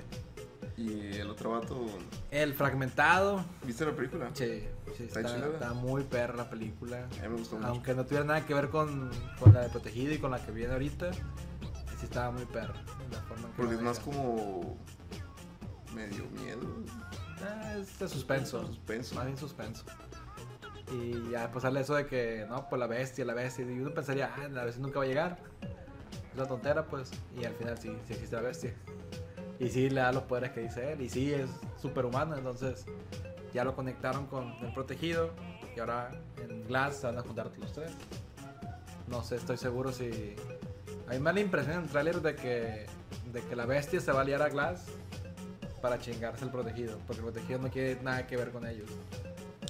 B: y el otro vato.
A: El fragmentado,
B: ¿Viste la película?
A: Sí, sí,
B: Está
A: está,
B: chila, ¿verdad?
A: está muy perra la película.
B: A mí me gustó mucho.
A: Aunque no tuviera nada que ver con, con la de Protegido y con la que viene ahorita, sí estaba muy perra. La forma en que
B: Porque
A: lo
B: es más
A: manejan.
B: como. medio miedo.
A: Ah, es de suspenso.
B: Suspenso.
A: Más bien suspenso. Y ya pues sale eso de que, no, pues la bestia, la bestia. Y uno pensaría, ah, la bestia nunca va a llegar. Es una tontera, pues. Y al final sí, sí existe la bestia. Y sí le da los poderes que dice él. Y sí es superhumano. Entonces ya lo conectaron con el protegido. Y ahora en Glass se van a juntar los tres. No sé, estoy seguro si. Hay mala impresión en el tráiler de que, de que la bestia se va a liar a Glass para chingarse el protegido, porque el protegido no quiere nada que ver con ellos.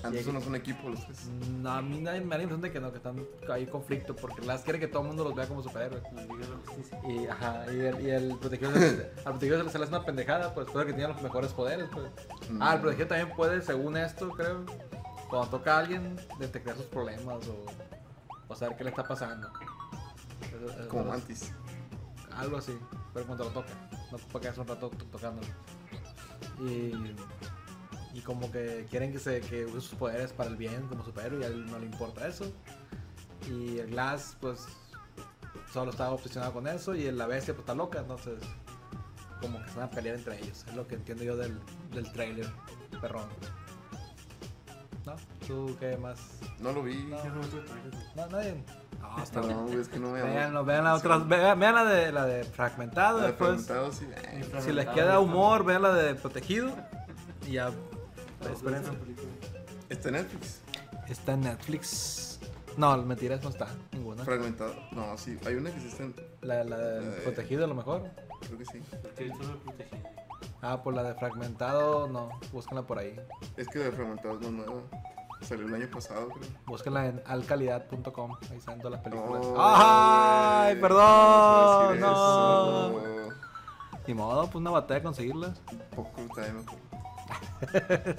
B: Antes
A: Llegué.
B: uno es un equipo, los tres.
A: No, Mm, a mí nadie- me da la impresión de que no, que están ahí conflicto, porque Glass quiere que todo el mundo los vea como superhéroes.
D: La Liga de la Justicia.
A: Y, ajá, y el, y el protegido, se- al protegido se le sale una pendejada, pues, pero que tiene los mejores poderes, pues.
B: Mm.
A: Ah, el protegido también puede, según esto, creo, cuando toca a alguien, detectar sus problemas o, o saber qué le está pasando. Eso- eso-
B: Como
A: eso-
B: Mantis.
A: algo así, pero cuando lo toca, no puede quedarse un rato to- tocándolo. Y, y como que quieren que, se, que use sus poderes para el bien como superhéroe y a él no le importa eso. Y el Glass, pues, solo estaba obsesionado con eso y la bestia, pues, está loca, entonces, como que se van a pelear entre ellos. Es lo que entiendo yo del, del trailer, perrón. ¿No? ¿Tú qué más?
B: No lo vi.
A: No.
D: Ya no otro trailer, güey.
A: ¿No? ¿Nadie? No, está bien.
B: Perdón, güey, es que no me llamó.
A: Vean, vean la otra, vean, vean la de la de fragmentado,
B: La de
A: después
B: fragmentado, sí. eh, Ay,
D: Infra-
A: si les
D: Fragmentado,
A: queda
D: ya
A: humor, vean la de protegido y ya
D: está.
A: esperen.
D: Esa película.
B: Está en Netflix.
A: está en Netflix. No, mentiras no está ninguna.
B: Fragmentado. No, sí. Hay una que sí está en.
A: La, la
B: La
A: de
B: de-
A: protegido a lo mejor.
B: Creo que sí.
D: Porque ahorita no me protege.
A: Ah, por la de fragmentado, no, búsquenla por ahí.
B: Es que la de fragmentado es más nueva. Salió el año pasado, creo.
A: Búsquenla en alcalidad.com, ahí están todas las películas.
B: No,
A: ¡Ay,
B: Oh, güey,
A: perdón!
B: No.
A: No.
B: puedo decir eso.
A: Ni modo, pues una batalla conseguirlas.
B: Poco time, mejor.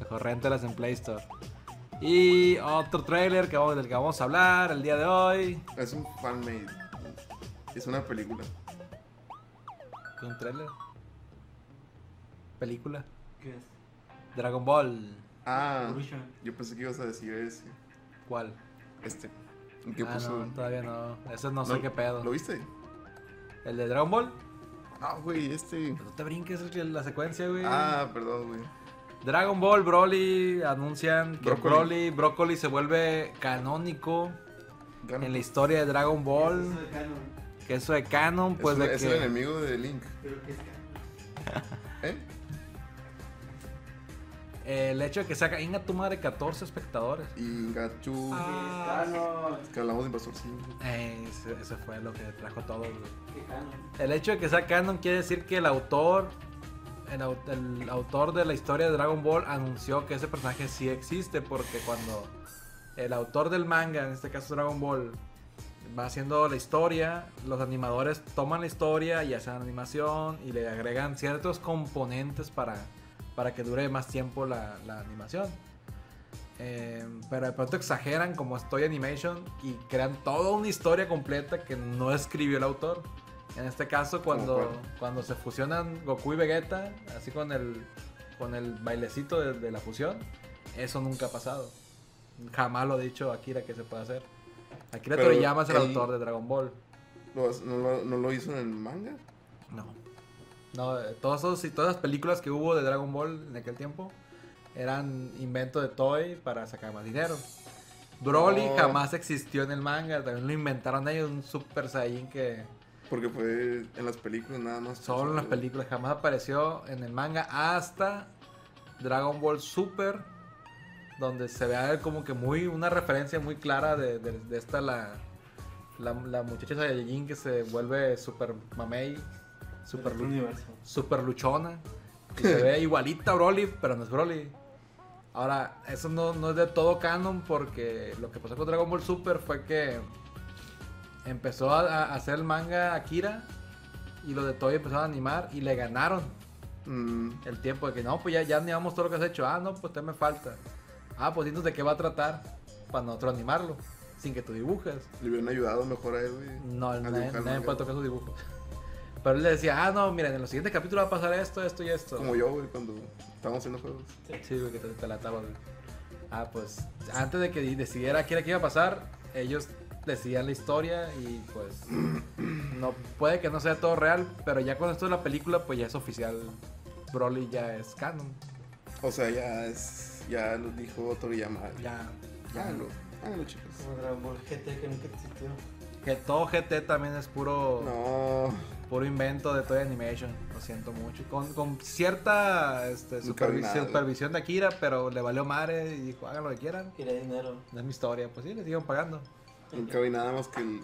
A: Mejor rentelas en Play Store. Y otro trailer que vamos, del que vamos a hablar el día de hoy.
B: Es un fanmade. Es una película.
A: ¿Un trailer? ¿Película?
D: ¿Qué es?
A: Dragon Ball.
B: Ah,
D: Urusha.
B: yo pensé que ibas a decir ese.
A: ¿Cuál?
B: Este. ¿En qué
A: ah,
B: puso?
A: no, todavía no. Ese no, sé
B: No,
A: qué pedo.
B: ¿Lo viste?
A: ¿El de Dragon Ball?
B: No, güey, este.
A: No te brinques es que la secuencia, güey.
B: Ah, perdón, güey.
A: Dragon Ball Broly anuncian que
B: Brócoli.
A: Broly, Broccoli se vuelve canónico
B: Gano.
A: en la historia de Dragon Ball.
D: Eso de canon.
A: Que eso de canon, pues
B: es, un-
A: de
B: es
A: que.
B: el enemigo de Link.
D: Creo que es canon.
B: ¿Eh?
A: eh, el hecho de que saca. Inga tu madre 14 espectadores.
B: Y Gachu.
A: Ah.
B: Que hablamos de Invasor Sim.
A: Eh, eso, eso fue lo que trajo todo, güey.
E: ¿Qué canon?
A: El hecho de que sea canon quiere decir que el autor, el, au- el autor de la historia de Dragon Ball anunció que ese personaje sí existe porque cuando el autor del manga, en este caso Dragon Ball, va haciendo la historia, los animadores toman la historia y hacen animación y le agregan ciertos componentes para, para que dure más tiempo la, la animación. Eh, pero de pronto exageran como Estoy Animation y crean toda una historia completa que no escribió el autor. En este caso, cuando,
B: ¿Cómo cuál?
A: cuando se fusionan Goku y Vegeta, así con el, con el bailecito de, de la fusión, eso nunca ha pasado. Jamás lo ha dicho Akira que se puede hacer. Akira
B: Pero
A: Toriyama es el
B: él-
A: autor de Dragon Ball.
B: ¿Lo has- no, lo, no lo hizo en el manga?
A: No. No, eh, todos esos, y todas las películas que hubo de Dragon Ball en aquel tiempo eran invento de Toei para sacar más dinero. Broly
B: No.
A: jamás existió en el manga, también lo inventaron ellos, un Super Saiyan que
B: Porque fue en las películas nada más.
A: solo en las
B: Sí.
A: películas jamás apareció en el manga hasta Dragon Ball Super, donde se vea como que muy una referencia muy clara de, de- de esta la, la, la muchacha Saiyajin que se vuelve super mamey, super
D: Otro universo.
A: super luchona. Y se ve igualita a Broly, pero no es Broly. Ahora, eso no, no es de todo canon porque lo que pasó con Dragon Ball Super fue que empezó a, a hacer el manga Akira y los de Toei empezaron a animar y le ganaron
B: Mm,
A: el tiempo de que no, pues ya, ya animamos todo lo que has hecho. Ah, no, pues te me falta. Ah, pues entonces de qué va a tratar para nosotros animarlo sin que tú dibujes.
B: le hubieran ayudado mejor a él, güey.
A: No,
B: a
A: nadie,
B: dibujar
A: nadie
B: manga.
A: puede tocar sus dibujos. Pero él le decía, ah, no, miren, en los siguientes capítulos va a pasar esto, esto y esto.
B: Como yo, güey, cuando estábamos haciendo juegos.
A: Sí, güey, que te, te la ataba, güey. Ah, pues antes de que decidiera qué era que iba a pasar, ellos decidían la historia y pues no puede que no sea todo real, pero ya cuando esto es la película, pues ya es oficial. Broly ya es canon.
B: O sea, ya es. Ya lo dijo Toriyama.
A: Ya.
B: Háganlo, háganlo, chicos.
C: Como Dragon Ball GT que nunca existió.
A: Que todo GT también es puro
B: No.
A: puro invento de Toy Animation. Lo siento mucho. Con, con cierta este,
B: Nunca vi
A: supervis-
B: nada.
A: supervisión de Akira, pero le valió madre y dijo, hagan lo que quieran.
C: Quería dinero.
A: No es mi historia. Pues sí, le siguen pagando.
B: Nunca vi nada más que el,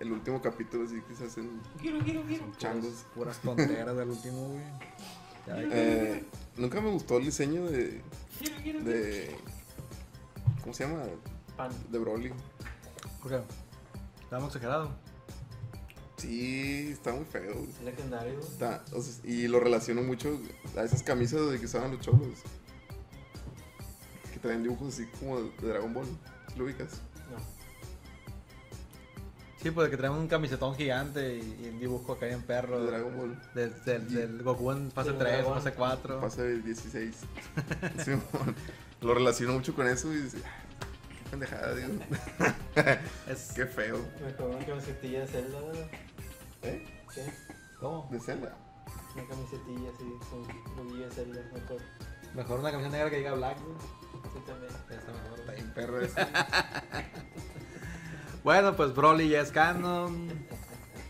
B: el último capítulo, así que se hacen
C: Quiero, quiero, quiero.
B: changos.
A: Puras tonteras del último, güey. Ya ve que-
B: Eh, nunca me gustó el diseño de,
C: Quiero, quiero, quiero.
B: de. ¿Cómo se llama?
C: Pan.
B: De Broly.
A: ¿Por qué? Estamos exagerado.
B: Sí, está muy feo. güey.
C: Es legendario.
B: Está- o sea, y lo relaciono mucho a esas camisas de que usaban los cholos. Que traen dibujos así como de Dragon Ball. ¿Sí ¿Lo ubicas?
C: No.
A: Sí, pues de que traemos un camisetón gigante y, y un dibujo que hay en perro.
B: De Dragon Ball.
A: de- del,
B: Y-
A: del Goku en fase
C: Del
A: 3,
C: dragón.
A: fase 4.
B: Pasa el 16. [LAUGHS] Simón. lo relaciono mucho con eso y dice, "Ah, qué pendejada, digo. [LAUGHS]
A: Es,
B: Qué feo.
C: Me compré una camisetilla de Zelda. ¿verdad?
B: ¿Eh?
C: ¿Qué?
A: ¿Cómo?
B: De Zelda.
C: Una camisetilla así con loguillo de Zelda. Me acuerdo.
A: Mejor una camisa negra que diga Black, güey.
C: Sí, también.
A: Ya está mejor.
B: Está bien perro eso.
A: Bueno, pues Broly ya es canon.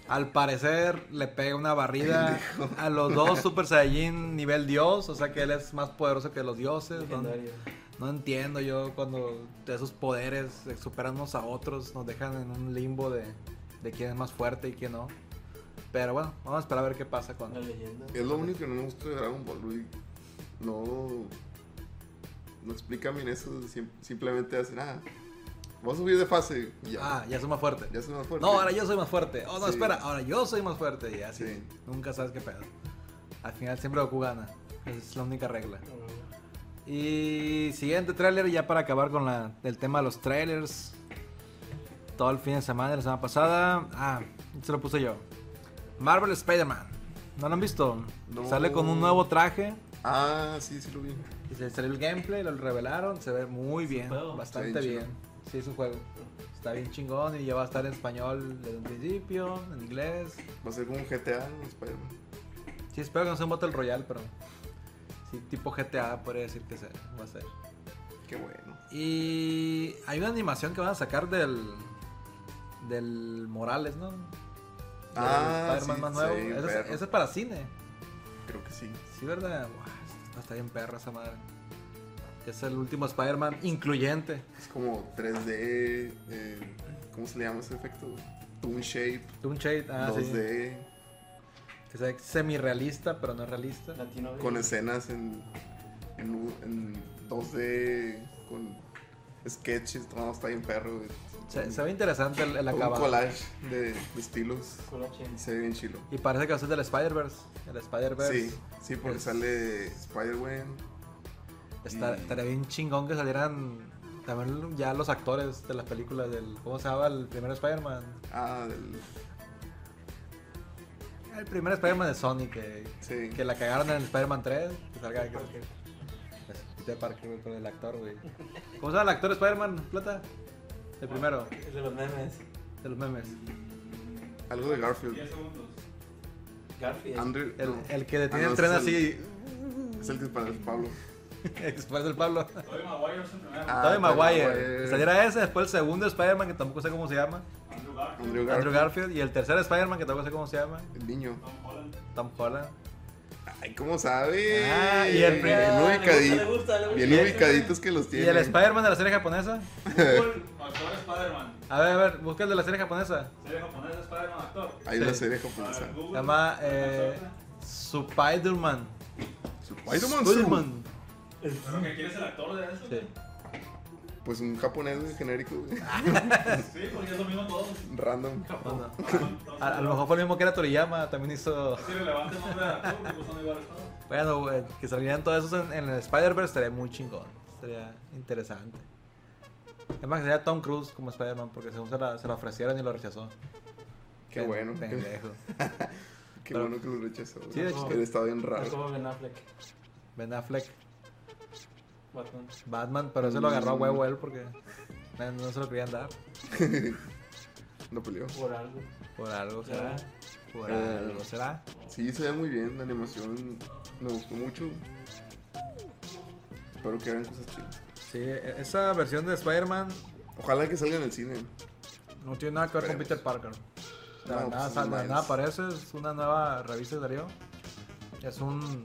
A: Al parecer le pega una barrida a los dos Super Saiyajin nivel dios, o sea que él es más poderoso que los dioses. ¿no?
C: Legendario.
A: No entiendo yo cuando esos poderes se superan unos a otros, nos dejan en un limbo de, de quién es más fuerte y quién no. Pero bueno, vamos a esperar a ver qué pasa con
C: Una leyenda.
B: Es lo único que no me gusta de Dragon Ball, güey. No. No explica bien eso. sim- Simplemente hacen, ah, vamos a subir de fase. Y ya.
A: Ah, ya soy más fuerte.
B: Ya se me fue.
A: No, ahora yo soy más fuerte. Oh, no,
B: Sí.
A: espera, ahora yo soy más fuerte. Y así,
B: Sí.
A: nunca sabes qué pedo. Al final siempre Goku gana. Esa es la única regla. Y siguiente tráiler, ya para acabar con la, el tema de los trailers. Todo el fin de semana, la semana pasada. Ah, se lo puse yo. Marvel Spider-Man. ¿No lo han visto?
B: No.
A: Sale con un nuevo traje.
B: Ah, sí, sí lo vi.
A: Y se salió el gameplay, lo revelaron. Se ve muy bien.
D: juego.
A: Bastante
B: Está bien
A: bien. Sí, es un juego. Está bien chingón y ya va a estar en español desde un principio, en inglés.
B: Va a ser como un GTA, ¿no? Spider-Man.
A: Sí, espero que no sea un Battle Royale, pero. Sí, tipo GTA podría decir que sea, va a ser.
B: Qué bueno.
A: Y hay una animación que van a sacar del. del Morales, ¿no? Del
B: Ah,
A: Spider-Man
B: sí,
A: más nuevo.
B: sí,
A: Eso es-
B: perro.
A: eso es para cine.
B: Creo que sí.
A: Sí, ¿verdad? Buah, está bien perra esa madre. Es el último Spider-Man incluyente.
B: Es como 3D. eh, ¿Cómo se le llama ese efecto? Toon Shape,
A: Toon Shade, ah, sí.
B: 2D,
A: Que sea semi-realista, pero no es realista.
C: Latino
B: con escenas en, en, u- en 2D, con sketches. No, está bien perro. güey.
A: Se, se ve interesante el, el
B: Todo un
A: acabado.
B: collage de, de estilos. Y se ve bien chilo.
A: Y parece que va a ser del Spider-Verse. El Spider-Verse.
B: Sí, sí, porque
A: Es-
B: sale Spider-Man.
A: Está-
B: Y-
A: Estaría bien chingón que salieran también ya los actores de las películas del. ¿Cómo se llama el primer Spider-Man?
B: Ah, del,
A: El primer Spider-Man de Sony que,
B: sí.
A: que la cagaron en el Spider-Man 3. Que salga Es Peter Parker, güey, con el actor, güey. ¿Cómo se llama el actor de Spider-Man, Plata? El primero,
C: El de los memes.
A: de los memes.
B: Algo de Garfield.
E: 10 segundos.
C: Garfield.
B: Andrew.
A: El,
B: no.
A: el que detiene
B: Ah, no,
A: el tren
B: ese es
A: así, [LAUGHS]
B: el- Es el que es para el Pablo.
A: después del Pablo.
E: Tobey Maguire es el primero.
B: Ah.
A: Tobey
B: Maguire.
A: Maguire. Que Saliera ese, después el segundo Spider-Man, que tampoco sé cómo se llama.
E: Andrew Garfield.
B: Andrew Garfield.
A: Andrew Garfield. Y el tercer Spider-Man, que tampoco sé cómo se llama.
B: El niño.
E: Tom
B: [LAUGHS]
E: Holland.
A: Tom Holland.
B: Ay, ¿cómo sabe?
A: Ah, y el
B: Bien
A: primer-
B: ubicadi-
C: Le gusta, le gusta.
B: Bien
A: Y el-
B: ubicaditos que los
A: ¿Y
B: tiene.
A: el Spider-Man de la serie japonesa?
E: Google, actor Spider-Man.
A: A ver, a ver, busca el de la serie japonesa.
E: Serie japonesa, Spider-Man actor.
B: Hay
A: Sí.
B: una serie
E: A
B: japonesa.
E: ver, Google.
A: Se llama eh,
E: Espero
A: Spider-Man.
B: Spider-Man, Spider-Man.
E: que quieres el actor de eso.
A: Sí.
B: Pues un japonés güey, genérico,
A: [LAUGHS]
B: güey.
E: Sí, porque es lo mismo todo.
B: random.
A: Bueno, [LAUGHS] a, a lo mejor fue el mismo que era Toriyama, también hizo...
E: Es irrelevante el nombre de actor, porque son iguales todos.
A: Bueno, güey, que salieran todos esos en, en el Spider-Verse estaría muy chingón. Estaría interesante. Es más, que sería Tom Cruise como Spider-Man, porque según se la, se la ofrecieron y lo rechazó.
B: Qué
A: Pen-
B: bueno.
A: Pendejo.
B: Qué bueno que lo rechazó.
A: Sí, de hecho.
B: Él está bien
C: Es
B: raro.
C: como Ben Affleck.
A: Ben Affleck,
C: Batman.
A: Batman, pero
B: Mm.
A: se lo agarró a huevo él porque no, no se lo querían dar.
B: No peleó.
C: Por algo.
A: Por algo será.
C: Ya.
A: Por
B: Eh.
A: algo será.
B: Sí, se ve muy bien. La animación me gustó mucho. Espero que hagan cosas chidas.
A: Sí, e- esa versión de Spider-Man
B: Ojalá que salga en el cine.
A: no tiene nada que ver con
B: Esperemos.
A: Peter Parker.
B: No,
A: Nada,
B: pues,
A: nada,
B: no
A: sal-
B: mames.
A: nada parece, es una nueva revista que salió. Es un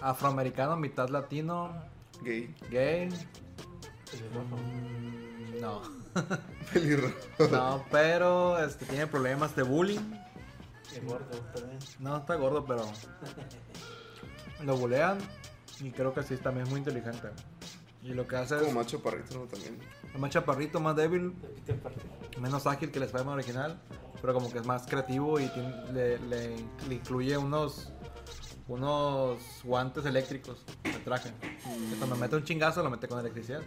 A: afroamericano, mitad latino,
B: Gay. [LAUGHS]
A: gay.
C: Pues Pelirrojo.
A: Mm, No,
B: Pelirrojo. [LAUGHS]
A: no, pero este, tiene problemas de bullying.
C: Y gordo también.
A: No, está gordo, pero lo bulean y creo que sí, también es muy inteligente. Y lo que hace
B: Como
A: es
B: más chaparrito ¿no? también.
A: es más chaparrito, más débil,
C: De Peter Parker.
A: menos ágil que el Spider-Man original, pero como que es más creativo y tiene- le, le in- le incluye unos unos guantes eléctricos al traje. Que cuando mete un chingazo lo mete con electricidad.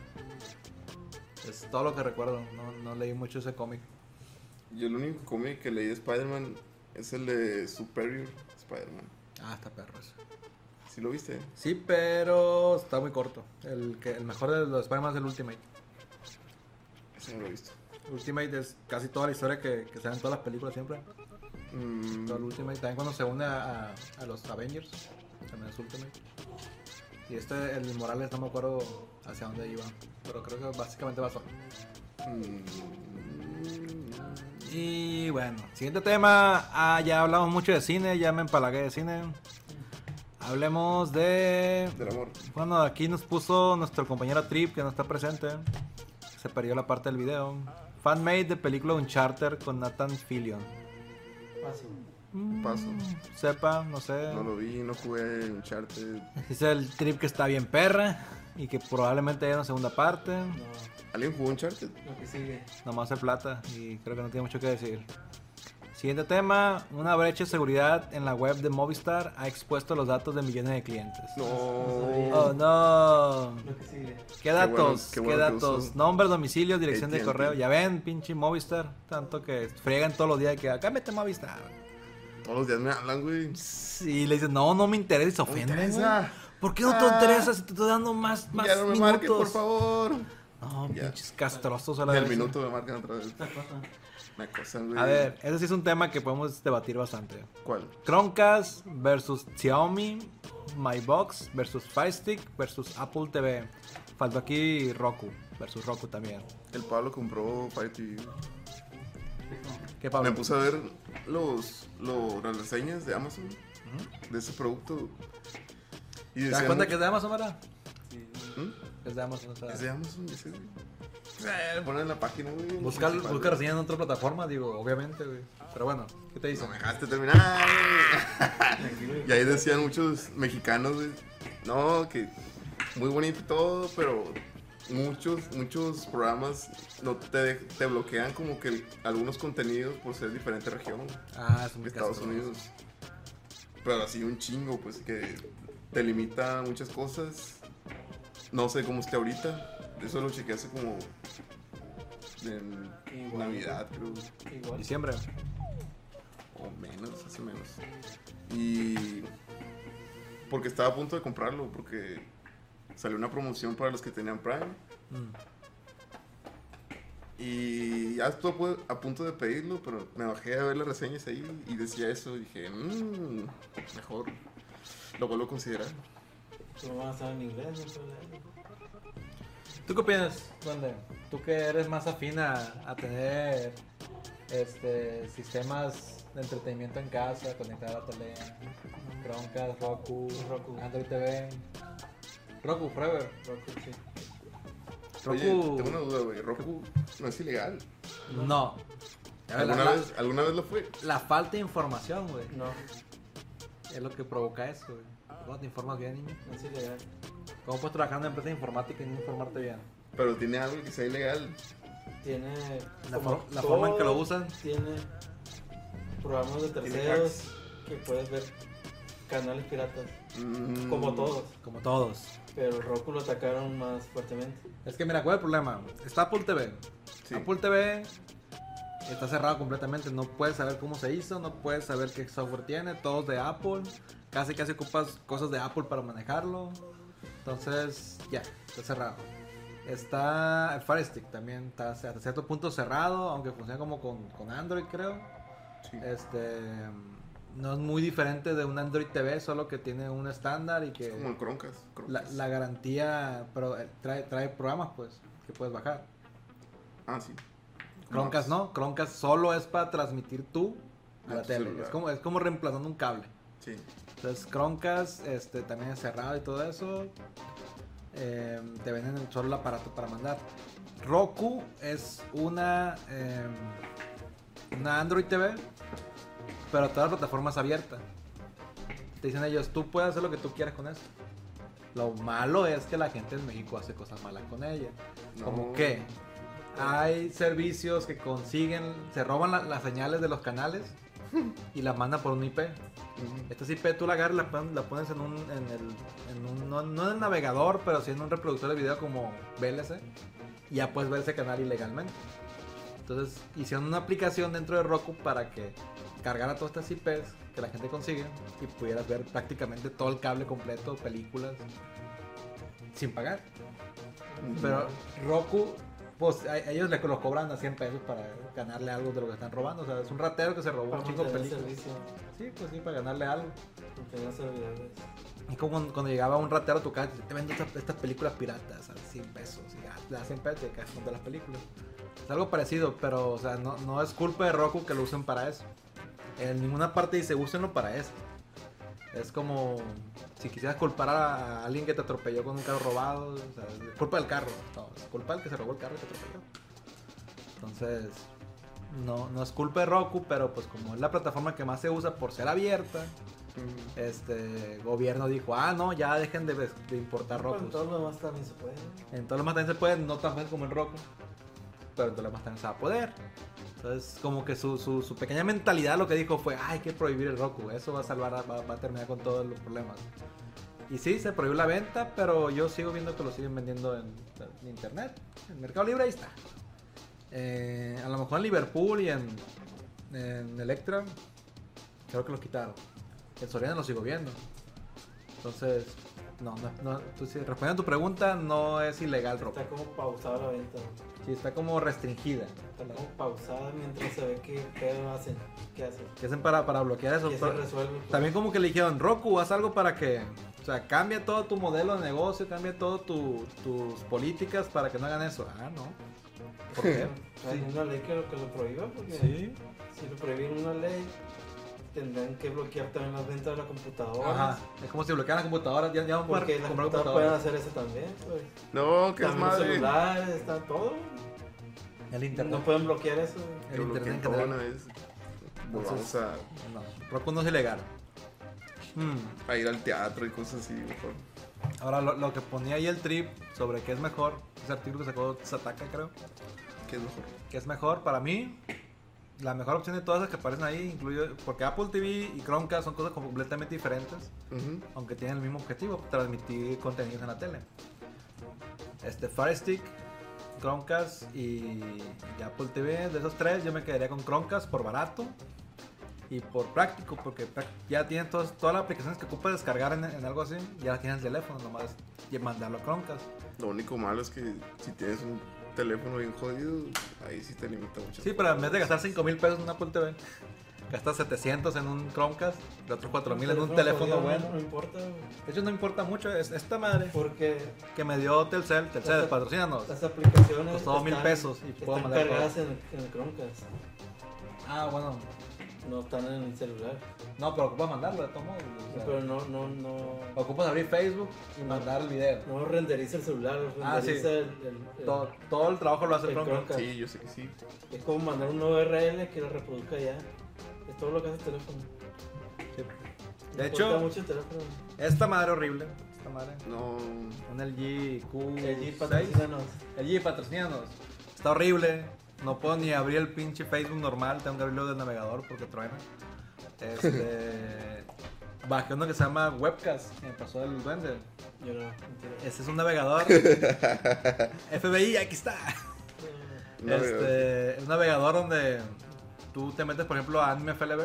A: Es todo lo que recuerdo, no, no leí mucho ese cómic.
B: Yo el único cómic que leí de Spider-Man es el de Superior Spider-Man.
A: Ah, está perro eso.
B: ¿Sí lo viste?
A: Sí, pero está muy corto. El, que, el mejor de los Spider-Man es el Ultimate.
B: Ese no lo he visto.
A: Ultimate es casi toda la historia que, que se da en todas las películas siempre.
B: Mm,
A: Todo el Ultimate. También cuando se une a, a- a los Avengers, también es Ultimate. Y este, el Morales, no me acuerdo hacia dónde iba. Pero creo que básicamente va solo.
B: mm,
A: Y bueno, siguiente tema. Ah, ya hablamos mucho de cine, ya me empalagué de cine. Hablemos de.
B: del amor.
A: Bueno, aquí nos puso nuestro compañero Trip, que no está presente. Se perdió la parte del video. Fanmade de película Uncharted con Nathan Fillion.
C: Paso.
B: Paso.
A: Sepa, no sé.
B: No lo vi, no jugué Uncharted.
A: Dice el Trip que está bien perra y que probablemente haya una segunda parte.
C: No.
B: ¿Alguien jugó Uncharted?
C: Lo que sigue.
A: Nomás de plata y creo que no tiene mucho que decir. Siguiente tema, una brecha de seguridad en la web de Movistar ha expuesto los datos de millones de clientes.
B: No.
A: Oh no.
C: Lo que sigue.
A: ¿Qué
B: bueno,
A: datos?
B: qué
A: ¿Qué,
B: bueno que
A: datos?
B: uso
A: Nombre, domicilio, dirección de
B: AT&T.
A: correo. Ya ven, pinche Movistar. Tanto que friegan todos los días que acá mete Movistar.
B: Todos los días me hablan, güey.
A: Y le dicen, no, no me interesa y se
B: No me
A: ofenden.
B: interesa.
A: güey. ¿Por qué no te
B: Ah.
A: interesa si te estoy dando más, más
B: ya no me
A: minutos?
B: marques, por favor.
A: No,
B: Ya.
A: pinches castrosos a
B: En
A: la
B: el
A: vez.
B: minuto me marcan otra vez. Una cosa, güey.
A: A ver, ese sí es un tema que podemos debatir bastante.
B: ¿Cuál?
A: Chromecast versus Xiaomi, MyBox versus Fire Stick versus Apple TV. Faltó aquí Roku versus Roku también.
B: El Pablo compró Fire TV.
A: ¿Qué
B: Me
A: Pablo?
B: puse a ver los, los- las reseñas de Amazon de ese producto. Y
A: ¿Te das
B: decían
A: cuenta
B: mucho-
A: que es de Amazon, verdad?
B: ¿Mm?
A: Es de Amazon. O sea,
B: Es de Amazon, ese, güey. O sea, ponen la página, güey.
A: busca,
B: principal,
A: busca
B: güey.
A: reseñas en otra plataforma, digo, obviamente, güey. Pero bueno, ¿qué te
B: No
A: dicen?
B: me dejaste terminar. güey. [LAUGHS] y ahí decían muchos mexicanos, güey, no, que muy bonito y todo, pero muchos, muchos programas no te, de- te bloquean como que el- algunos contenidos por ser diferente región
A: Ah, es
B: de
A: muy
B: Estados
A: castroso.
B: Unidos. Pero así un chingo, pues que te limita muchas cosas. No sé cómo esté ahorita. Eso lo chequé hace como en
C: Igual.
B: Navidad, creo
C: Igual.
A: Diciembre.
B: o menos, hace menos. Y porque estaba a punto de comprarlo, porque salió una promoción para los que tenían Prime.
A: Mm.
B: Y ya estuve a pu- a punto de pedirlo, pero me bajé a ver las reseñas ahí y decía eso. Y dije, mmm, mejor lo vuelvo a considerar.
C: Tú no vas a saber en inglés, no sabes.
A: ¿Tú qué opinas, Duende? Tú que eres más afín a, a tener este, sistemas de entretenimiento en casa, conectar a la tele, Chromecast, Roku,
C: Roku.
A: Android TV, Roku Forever.
C: Roku, sí.
A: Roku.
B: Oye, tengo una duda, güey. Roku no es ilegal.
A: No. A ver,
B: ¿Alguna
A: la,
B: vez, ¿Alguna vez lo fue?
A: la falta de información, güey,
C: No,
A: es lo que provoca eso, güey. ¿Cómo te informas bien, niño?
C: no es ilegal.
A: ¿Cómo puedes trabajar en una empresa de informática y no informarte bien?
B: Pero tiene algo que sea ilegal.
C: Tiene.
A: La,
C: como
A: for- la forma en que lo
C: todo,
A: usan.
C: Tiene programas de terceros que puedes ver canales piratas.
B: Mm.
C: Como todos.
A: Como todos.
C: Pero Roku lo atacaron más fuertemente.
A: Es que mira, ¿cuál es el problema? Está Apple TV.
B: Sí.
A: Apple TV está cerrado completamente, no puedes saber cómo se hizo, no puedes saber qué software tiene, todos de Apple, casi casi ocupas cosas de Apple para manejarlo. Entonces, ya, está cerrado. Está el Fire Stick también, está hasta cierto punto cerrado, aunque funciona como con, con Android, creo.
B: Sí.
A: Este no es muy diferente de un Android TV, solo que tiene un estándar y que
B: Como el Croncas.
A: la, la garantía pero, eh, trae, trae programas pues que puedes bajar.
B: Ah, sí.
A: Croncast no, Croncast solo es para transmitir tú a
B: A
A: la
B: tu
A: tele.
B: celular.
A: Es como, es como reemplazando un cable.
B: Sí.
A: Entonces Croncast este, también es cerrado y todo eso. Eh, te venden el- solo el aparato para mandar. Roku es una, eh, una Android TV, pero todas las plataformas abiertas. Te dicen ellos, tú puedes hacer lo que tú quieras con eso. Lo malo es que la gente en México hace cosas malas con ella.
B: No.
A: ¿Como qué? Hay servicios que consiguen, se roban la- las señales de los canales y las mandan por un IP. Estas IP tú la agarras, la, pon- la pones en un, en el, en un- no, no en el navegador, pero sí en un reproductor de video como VLC y ya puedes ver ese canal ilegalmente. Entonces hicieron una aplicación dentro de Roku para que cargara todas estas IPs que la gente consigue y pudieras ver prácticamente todo el cable completo, películas, sin pagar. Pero Roku, pues a, a ellos le los cobran a 100 pesos para ganarle algo de lo que están robando. O sea, es un ratero que se robó
C: Para
A: un chingo de
C: mantener
A: películas.
C: servicio.
A: Sí, pues sí, para ganarle algo.
C: Mantener servidores.
A: Es como cuando, cuando llegaba un ratero a tu casa y te vendo estas, estas películas piratas a 100 pesos. Y ya, te das 100 pesos y te quedas con todas las películas. Es algo parecido, pero o sea, no, no es culpa de Roku que lo usen para eso. En ninguna parte dice, úsenlo para esto. Es como si quisieras culpar a, a alguien que te atropelló con un carro robado. O sea, es culpa del carro. No, es culpa del que se robó el carro y te atropelló. Entonces, no, no es culpa de Roku, pero pues como es la plataforma que más se usa por ser abierta, este gobierno dijo, ah, no, ya dejen de, de importar
C: Pero
A: Roku.
C: en todo lo demás también se puede.
A: En todos los más también se puede, no tan fácil como en Roku, pero en todos los más también se va a poder. Entonces, como que su, su, su pequeña mentalidad lo que dijo fue, ah, hay que prohibir el Roku, eso va a salvar, a- va, va a terminar con todos los problemas. Y sí, se prohibió la venta, pero yo sigo viendo que lo siguen vendiendo en, en internet, en Mercado Libre, ahí está. Eh, a lo mejor en Liverpool y en, en Electra, creo que los quitaron. En Soriana lo sigo viendo. Entonces, No, no, no, tú sí, respondiendo a tu pregunta, no es ilegal ropa.
C: Está como pausada la venta.
A: Sí, está como restringida.
C: Está como pausada mientras se ve qué pedo hacen. ¿Qué hacen?
A: ¿Qué hacen para, para bloquear eso?
C: ¿Qué se
A: Pero-
C: resuelve? pues.
A: También como que le dijeron, Roku, haz algo para que... O sea, cambia todo tu modelo de negocio, cambia todo tu- tus políticas para que no hagan eso. Ah, no. ¿Por qué?
C: Hay
A: ¿eh? Sí.
C: una ley que lo, que lo prohíba, porque si lo prohíben una ley, tendrán que bloquear también las ventas de la computadora.
A: Ajá. Es como si bloquearan las computadoras, ya, ya vamos a
C: Porque las
A: comprar
C: computadoras pueden
A: computadoras.
C: hacer eso también. Pues.
B: No, que es
C: También los
B: madre.
C: celulares, está todo.
A: El internet.
C: No pueden bloquear eso.
A: el internet
B: Que
A: en
B: bloqueen todo
A: general.
B: una vez. Volvamos a,
A: No,
C: eh.
A: Roku no es ilegal. Hmm.
B: a ir al teatro y cosas así, mejor.
A: Ahora, lo, lo que ponía ahí el trip sobre qué es mejor, ese artículo que sacó Sataka, creo,
B: ¿Qué es mejor?
A: que es mejor para mí. La mejor opción de todas las que aparecen ahí, incluyo, porque Apple TV y Chromecast son cosas completamente diferentes,
B: Ujú.
A: aunque tienen el mismo objetivo, transmitir contenidos en la tele. Este Fire Stick, Chromecast y, y Apple TV, de esos tres yo me quedaría con Chromecast por barato y por práctico, porque prac- ya tienen todas, todas las aplicaciones que ocupas descargar en, en algo así, ya las tienes en el teléfono, nomás y mandarlo a Chromecast.
B: Lo único malo es que si tienes un teléfono bien jodido, ahí sí te limita mucho.
A: Sí, pero en vez de gastar 5 mil pesos en una Apple TV, gastas 700 en un Chromecast, y otros 4 mil en un teléfono
C: jodido,
A: bueno.
C: No, no importa,
A: De hecho, no importa mucho, es esta madre
C: porque
A: que me dio Telcel, Telcel,
C: Las-
A: patrocínanos.
C: las aplicaciones.
A: Costó mil
C: están-
A: pesos y puedo
C: Están
A: mandar
C: cargadas en, en el Chromecast,
A: Ah, bueno,
C: no están en el celular.
A: no, pero ocupas mandarlo, de todos modos, o sea,
C: Pero no, no, no.
A: Ocupas abrir Facebook y mandar el video.
C: No renderiza el celular, renderiza
A: Ah, sí.
C: el, el- el-
A: Todo, todo el trabajo lo hace
C: el
A: Chromecast.
C: Chromecast.
B: Sí, yo sé que sí.
C: Es como mandar un URL que lo reproduzca ya. Es todo lo que hace el teléfono.
A: Sí.
C: Importa
A: De hecho,
C: mucho el teléfono.
A: esta madre horrible, esta madre,
B: No.
A: un LG
C: El G
A: Q6,
C: patrocínanos.
A: LG patrocinanos, está horrible, no puedo ni abrir el pinche Facebook normal, tengo que abrirlo del navegador porque truena.
C: [LAUGHS]
A: Este, bajé uno que se llama Webcast, que me pasó el duende.
C: Yo no, mentira.
A: Ese es un
C: [LAUGHS]
A: navegador. FBI, aquí está.
B: no veo.
A: Este, es un navegador donde tú te metes, por ejemplo, a Anime FLB.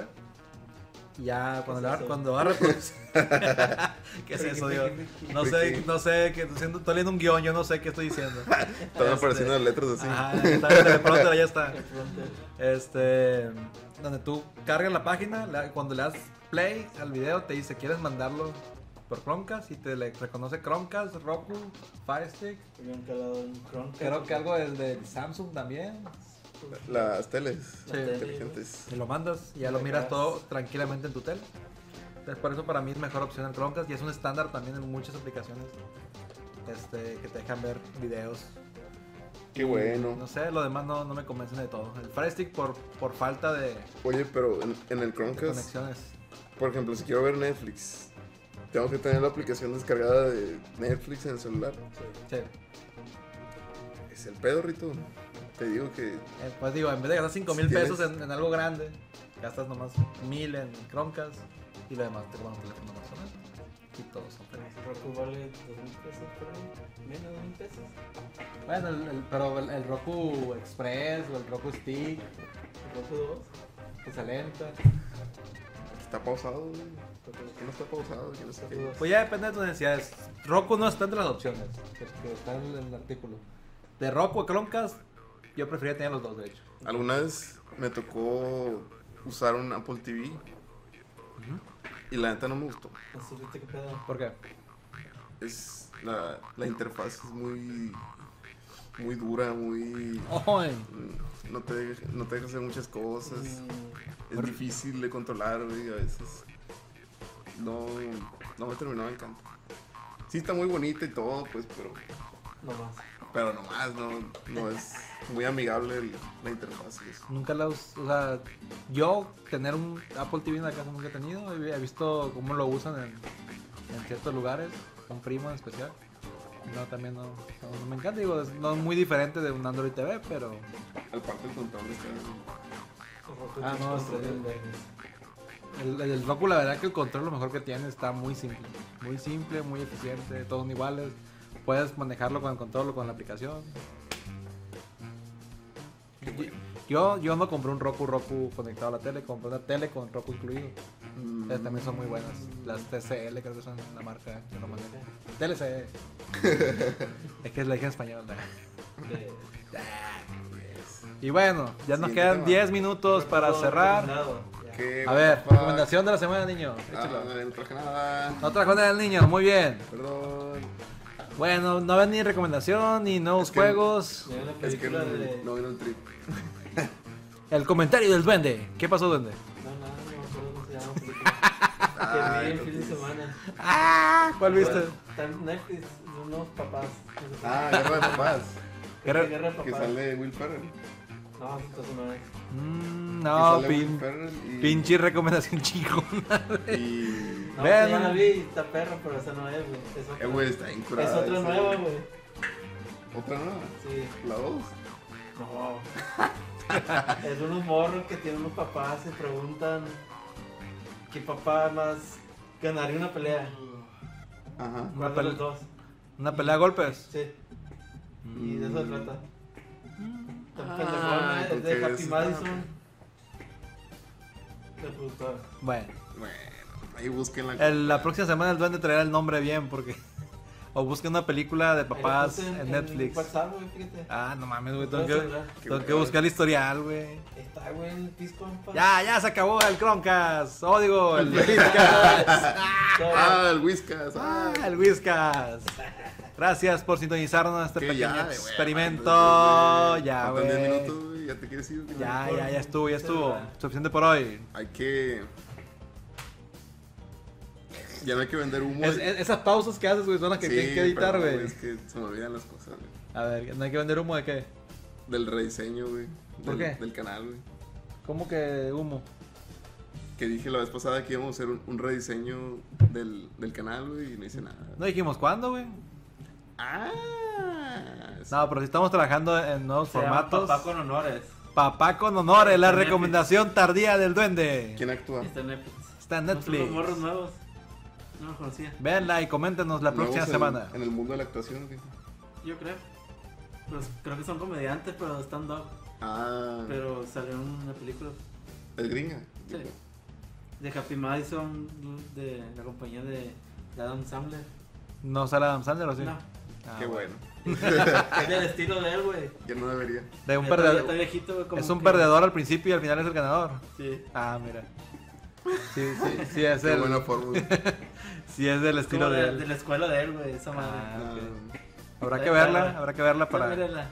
A: Y ya cuando,
C: es
A: le va-
C: eso?
A: cuando va a reproducir. [LAUGHS] ¿Qué
C: [LAUGHS]
A: es eso, Dios? No sé, no sé, que estoy, siendo- estoy leyendo un guión, yo no sé qué estoy
B: [LAUGHS]
A: diciendo. Este,
B: Están apareciendo las letras así.
A: Ajá, está, el teleprompter, ya
B: [LAUGHS]
A: está.
C: El frontal.
A: Este, donde tú cargas la página, la- cuando le das play al video, te dice, ¿quieres mandarlo por Chromecast? Y te le reconoce Chromecast, Roku, Firestick.
C: Yo nunca he dado un Chromecast.
A: Creo que algo es de Samsung también.
B: Las teles
A: Sí.
B: inteligentes.
A: Y lo mandas y ya lo miras todo tranquilamente en tu tele. Entonces, por eso para mí es mejor opción el Chromecast y es un estándar también en muchas aplicaciones este, que te dejan ver videos.
B: Qué bueno.
A: No sé, lo demás no, no me convencen de todo. El Fire Stick por, por falta de, de
B: Oye, pero en, en el Chromecast,
A: conexiones.
B: por ejemplo, si quiero ver Netflix, tengo que tener la aplicación descargada de Netflix en el celular.
A: Sí. Eh,
B: Es el pedo, Rito. Te digo que
A: Eh, Pues digo, en vez de gastar 5 mil
B: Si tienes-
A: pesos en, en algo grande, gastas nomás mil en Chromecast y lo demás te pones un teléfono más o menos. Y todos son felices.
C: Roku vale 2.000 pesos por ahí. Menos de 1.000 pesos.
A: Bueno, el- el- pero el, el Roku Express o el Roku Stick
C: Roku 2.
A: que se alenta.
B: está pausado, güey.
C: Roku
B: ¿Por qué no está pausado? Yo no sé qué.
A: Pues ya depende de tus necesidades. Roku no está entre las opciones que están en el artículo. De Roku a Chromecast, yo prefería tener los dos, de hecho.
B: Alguna vez me tocó usar un Apple TV y la neta no me gustó.
C: Así viste qué pedo.
A: ¿Por qué?
B: Es la, la interfaz es muy muy dura, muy mm, no te deja, no te deja hacer muchas cosas.
C: Mm,
B: Es difícil de controlar, güey, a veces. No no me terminó de encantar. Sí está muy bonita y todo, pues, pero
C: No más.
B: pero nomás no no es muy amigable el- la interfaz. y eso.
A: Nunca la us- O sea, yo tener un Apple TV en la casa nunca he tenido. He he visto cómo lo usan en, en ciertos lugares. Un primo en especial. No, también no, no- no me encanta. Digo, es- no es muy diferente de un Android TV, pero
B: Aparte el control está
C: Roku
A: Ah, no,
C: tiene
A: sí.
C: control de-
A: el, el, el Roku, la verdad que el control lo mejor que tiene está muy simple. Muy simple, muy eficiente, todos son iguales. Puedes manejarlo con el control o con la aplicación. Yo, yo no compré un Roku Roku conectado a la tele, compré una tele con Roku incluido.
B: Mm.
A: Esas también son muy buenas. Las TCL creo que son la marca que lo mandé. TLC.
B: [LAUGHS]
A: es que es la hija española. Y bueno, ya nos
B: Siguiente
A: quedan
B: tema.
A: 10 minutos para cerrar.
B: ¿Qué?
A: A
B: What
A: ver,
B: the fuck?
A: recomendación de la semana, niño.
B: Ah,
A: Échalo.
B: no traje nada.
A: No trajo nada del niño, muy bien.
B: Perdón.
A: Bueno, no ven ni recomendación ni nuevos
B: Es que-
A: juegos.
C: Mira la película
B: Es que no,
C: de...
B: no vino el trip.
A: El comentario del duende. ¿Qué pasó, duende?
C: No, nada, no me acuerdo cómo se llama.
B: [LAUGHS] Ah,
C: película. que vi el fin de semana.
A: Ah, ¿cuál viste?
C: Está en Netflix, de unos papás.
B: Ah, Guerra de Papás.
C: [LAUGHS]
A: Guerra-
C: Guerra, Guerra de
B: que
C: papás.
B: sale Will Ferrell.
C: No, entonces no es.
A: Mm,
B: Que
A: no,
B: sale Will
A: pin-
B: Ferrell y-
A: pinche recomendación [LAUGHS] chingona.
B: Y.
A: Vean,
C: No, Vean, ya
A: ¿no?
C: la vi, está perro, pero esa no es, güey. Es otra,
B: Eh, güey, está bien curada
C: es otra
B: esa,
C: nueva, güey.
B: ¿Otra nueva?
C: Sí.
B: ¿La dos? [LAUGHS]
C: No. es unos morros que tienen unos papás, se preguntan qué papá más ganaría una pelea.
B: Ajá.
A: Una
C: ¿Cuál de
A: pele-
C: los dos?
A: Una pelea a golpes.
C: Sí. Y de eso se trata. Tan
B: Ah,
C: pendejona,
B: con
C: es de
B: que
C: Happy
B: es-
C: Madison. La productora.
A: Bueno,
B: Bueno, ahí busquen la.
A: el- la próxima semana el duende traerá el nombre bien porque... [LAUGHS] O busquen una película de papás
C: Ahí la puse
A: en Netflix.
C: WhatsApp, güey, fíjate.
A: Ah, no mames, güey. Tengo
C: Todo
A: que,
C: celular.
A: tengo que buscar el historial, güey.
C: Está, güey, en el pisco, compa.
A: Ya, ya se acabó el Chromecast. O digo, el Whiskas.
C: Todo.
B: Ah, el Whiskas.
A: Ah,
B: Ah,
A: el Whiskas. Gracias por sintonizarnos a este
B: que
A: pequeño
B: ya, güey,
A: experimento.
B: faltan-
A: Ya,
B: faltan diez
A: güey.
B: minutos, güey, Ya te quieres ir. güey.
A: Ya, ya, ya estuvo, ya estuvo. Suficiente por hoy.
B: Hay que. Ya no hay que vender humo.
A: Es- es- esas pausas que haces, güey, son las que
B: Sí,
A: tienen que editar,
B: perdón,
A: güey.
B: Es que se me olvidan las cosas, güey.
A: A ver, ¿no hay que vender humo de qué?
B: Del rediseño, güey.
A: ¿Por
B: del-
A: qué?
B: Del canal, güey.
A: ¿Cómo que humo?
B: Que dije la vez pasada que íbamos a hacer un, un rediseño del, del canal, güey, y no hice nada.
A: No dijimos cuándo, güey.
B: Ah. Pues
A: No, pero si estamos trabajando en nuevos
D: Se llama
A: formatos.
D: Papá con honores.
A: Papá con honores, la
D: Está en
A: recomendación tardía del duende.
B: ¿Quién actúa?
D: Está en Netflix.
A: Está en
D: No son los morros
A: Netflix.
D: nuevos. No los conocía.
A: Véanla y coméntenos la
B: Nuevos
A: próxima
B: en-
A: semana.
B: En el mundo de la actuación, güey.
D: Yo creo. Pues, creo que son comediantes, pero stand-up.
B: Ah.
D: Pero salió en una película
B: Es gringa.
D: Sí. de Happy Madison, de la compañía de de Adam Sandler.
A: ¿No sale Adam Sandler o sí? [LAUGHS]
D: No,
A: Ah,
B: Qué bueno.
D: es del estilo de él, güey.
B: Ya no debería.
A: De un
D: Ya está- ya Está
A: perdedor.
D: viejito, güey. como
A: Es un
D: que-
A: perdedor al principio y al final es el ganador.
D: Sí.
A: Ah, mira. Sí, sí, sí es
B: Qué buena
A: el,
B: fórmula.
A: sí es del estilo
D: Como
A: de
D: de,
A: él.
D: de la escuela de él, güey, esa madre.
A: [LAUGHS] Ah,
B: Ah,
A: ok. Habrá que verla, habrá que verla
D: Para...
A: para...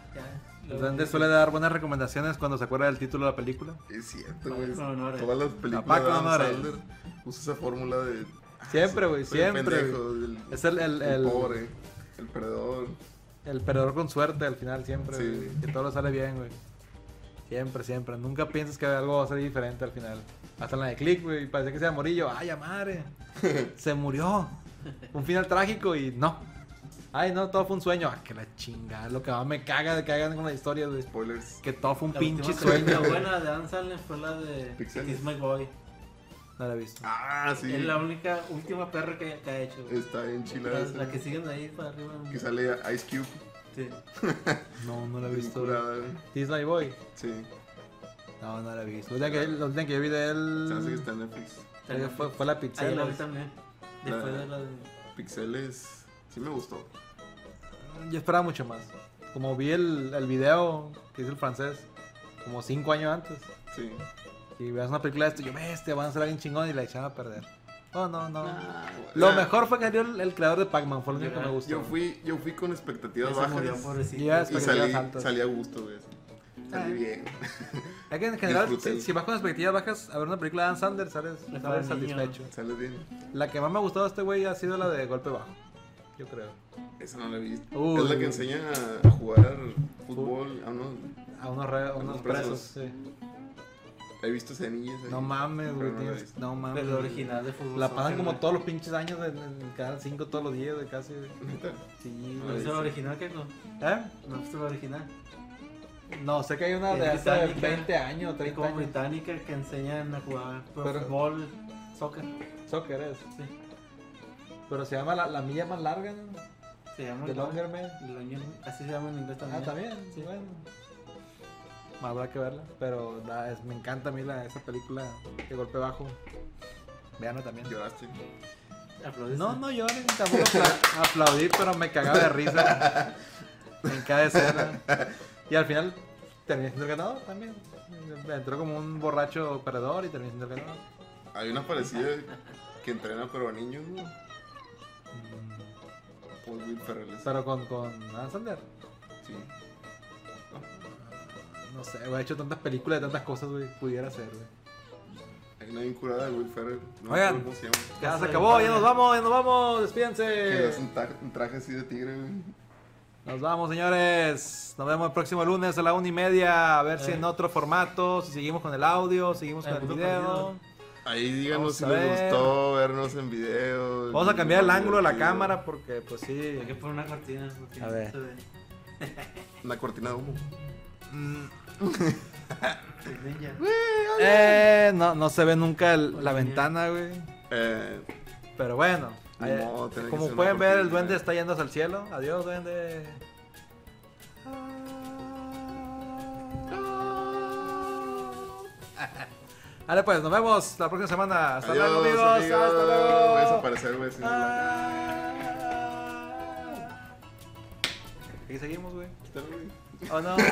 A: El duende suele dar buenas recomendaciones cuando se acuerda del título de la película.
B: [LAUGHS] Es cierto,
D: Papá
B: güey.
D: con honores.
B: Todas las películas
A: Papá
B: de
A: con
B: Adam
A: honores.
B: Sandler usa esa fórmula de.
A: Siempre, güey,
B: soy el
A: siempre,
B: pendejo, el,
A: Es el, el,
B: el
A: el-
B: pobre, el perdedor.
A: el perdedor con suerte al final, siempre.
B: Sí.
A: güey, Que todo le sale bien, güey. Siempre, siempre. Nunca piensas que algo va a ser diferente al final. Hasta en la de Click, güey. Parecía que sea Morillo. ¡Ay, a madre!
B: [LAUGHS]
A: Se murió. Un final trágico y no. Ay, no, todo fue un sueño. Ah, que la chingada. Lo que más me caga de que hagan con la historia, güey.
B: Spoilers.
A: Que todo fue un
D: La
A: pinche
D: última película
A: sueño. güey.
D: buena de Adam Sandler fue la de
B: Pixel.
D: Kiss My Boy.
A: No la he visto.
B: Ah, sí.
D: Es la única, última perra que, que ha hecho. güey.
B: Está bien
D: La,
B: chila esa.
D: la que siguen de ahí para arriba.
B: Que sale Ice Cube.
D: Sí.
A: No, no la he
B: bien
A: visto. güey.
B: curada, güey.
A: Disney Boy.
B: Sí.
A: No, no la he visto. La última que, la última que yo vi de él.
B: Se hace que está en Netflix.
A: creo que Fue, fue la pizza.
D: Ahí la vi también. Después
B: La-
D: de la de.
B: Pixeles. Sí me gustó.
A: Yo esperaba mucho más. Como vi el, el video que hizo el francés, como cinco años antes,
B: Sí.
A: y veas una película de esto, yo me este, van a ser bien chingón y la echaban a perder. No, no, no.
B: Ah, güey.
A: Lo
B: Mira,
A: mejor fue que salió el, el creador de Pac-Man, fue lo único que me
D: Yo
A: gustó.
B: Yo fui, yo fui con expectativas
D: Ya se murió,
B: bajas.
D: pobrecito.
A: Ya,
B: Y
A: expectativas
B: salí,
A: altas.
B: salí a gusto, güey. Salí
A: Ah.
B: bien. [LAUGHS]
A: Es que en general,
B: Disfruté.
A: si, si vas con expectativas bajas a ver una película de Dan Sanders, sales,
D: Es para
A: sales
D: niños.
A: satisfecho.
B: Sales bien.
A: La que más me ha gustado de este güey ha sido la de Golpe Bajo, yo creo.
B: Esa no la he visto.
A: Uy.
B: es la que enseña a jugar fútbol. Ah, no.
A: A unos, re- a unos
B: unos
A: presos,
B: presos.
A: sí.
B: He visto semillas ahí.
A: No mames, güey.
B: Pero no la he
A: tienes-
B: visto.
A: No mames.
D: Pero la original de fútbol.
A: La
D: Soccer,
A: pasan como
D: güey.
A: todos los pinches años en, en cada cinco todos los días, güey, casi. güey.
B: Neta.
A: Sí,
D: ¿No
A: güey.
D: es la original que no?
A: ¿Eh?
D: No es la original.
A: No, sé que hay una de
D: Es
A: hace
D: británica.
A: 20 años,
D: Hay
A: 30
D: como
A: años.
D: británica que enseñan a jugar pero
A: Pero-
D: fútbol, soccer.
A: Soccer es.
D: Sí.
A: Pero se llama la, la milla más larga, ¿no?
D: Se llama.
A: The
D: igual.
A: Longer Man.
D: The Longer Man, Así se llama en inglés también.
A: Ah, también, sí, bueno. Habrá que verla, pero la- es- me encanta a mí la, esa película de golpe bajo. Veanlo también.
B: Lloraste.
C: Aplaudes.
A: No, no lloren, tampoco apla- aplaudí, pero me cagaba de risa en cada escena. Y al final terminé siendo el ganador también. Entró como un borracho perdedor y terminé siendo el ganador.
B: Hay una parecida que entrena pero a niños, ¿no?
A: Mm,
B: Paul Will Ferrell es-
A: Pero con, con Adam Sandler.
B: Sí.
A: No sé, güey, ha hecho tantas películas de tantas cosas, güey, pudiera ser, güey.
B: Hay una bien curada de Will Ferrell. No me
A: Oigan.
B: acuerdo ¿Cómo se llama?
A: Ya se acabó, ya nos vamos, ya nos vamos,
B: Que le hace
A: despídense.
B: un, tra- un traje así de tigre, güey.
A: Nos vamos, señores. Nos vemos el próximo lunes a la una y media. A ver si en otro formato, si seguimos con el audio, seguimos con
D: El
A: el
D: mundo
A: video.
D: perdido.
B: Ahí díganos
A: Vamos
B: si
A: a
B: les
A: ver.
B: gustó vernos en video.
A: Vamos a cambiar el
B: Muy
A: ángulo de la
B: divertido.
A: cámara porque, pues sí.
D: Hay que poner una cortina. porque
A: A
D: no
A: ver.
D: se ve.
B: Una cortina de humo.
A: Mm,
D: Sí, ven ya.
A: eh, no, no se ve nunca el- la
D: Oye.
A: ventana, güey.
B: Eh,
A: Pero bueno.
B: Ni
A: eh,
B: modo, tiene que
A: como
B: ser una
A: pueden ver, el
B: cortina.
A: duende está yendo hacia el cielo. Adiós, [LAUGHS] duende. Vale, pues nos vemos la próxima semana. Hasta luego, amigos. Hasta luego.
B: Voy a desaparecer, güey. si no,
A: Ah. Aquí seguimos, güey.
B: Quítalo, güey.
A: Oh no.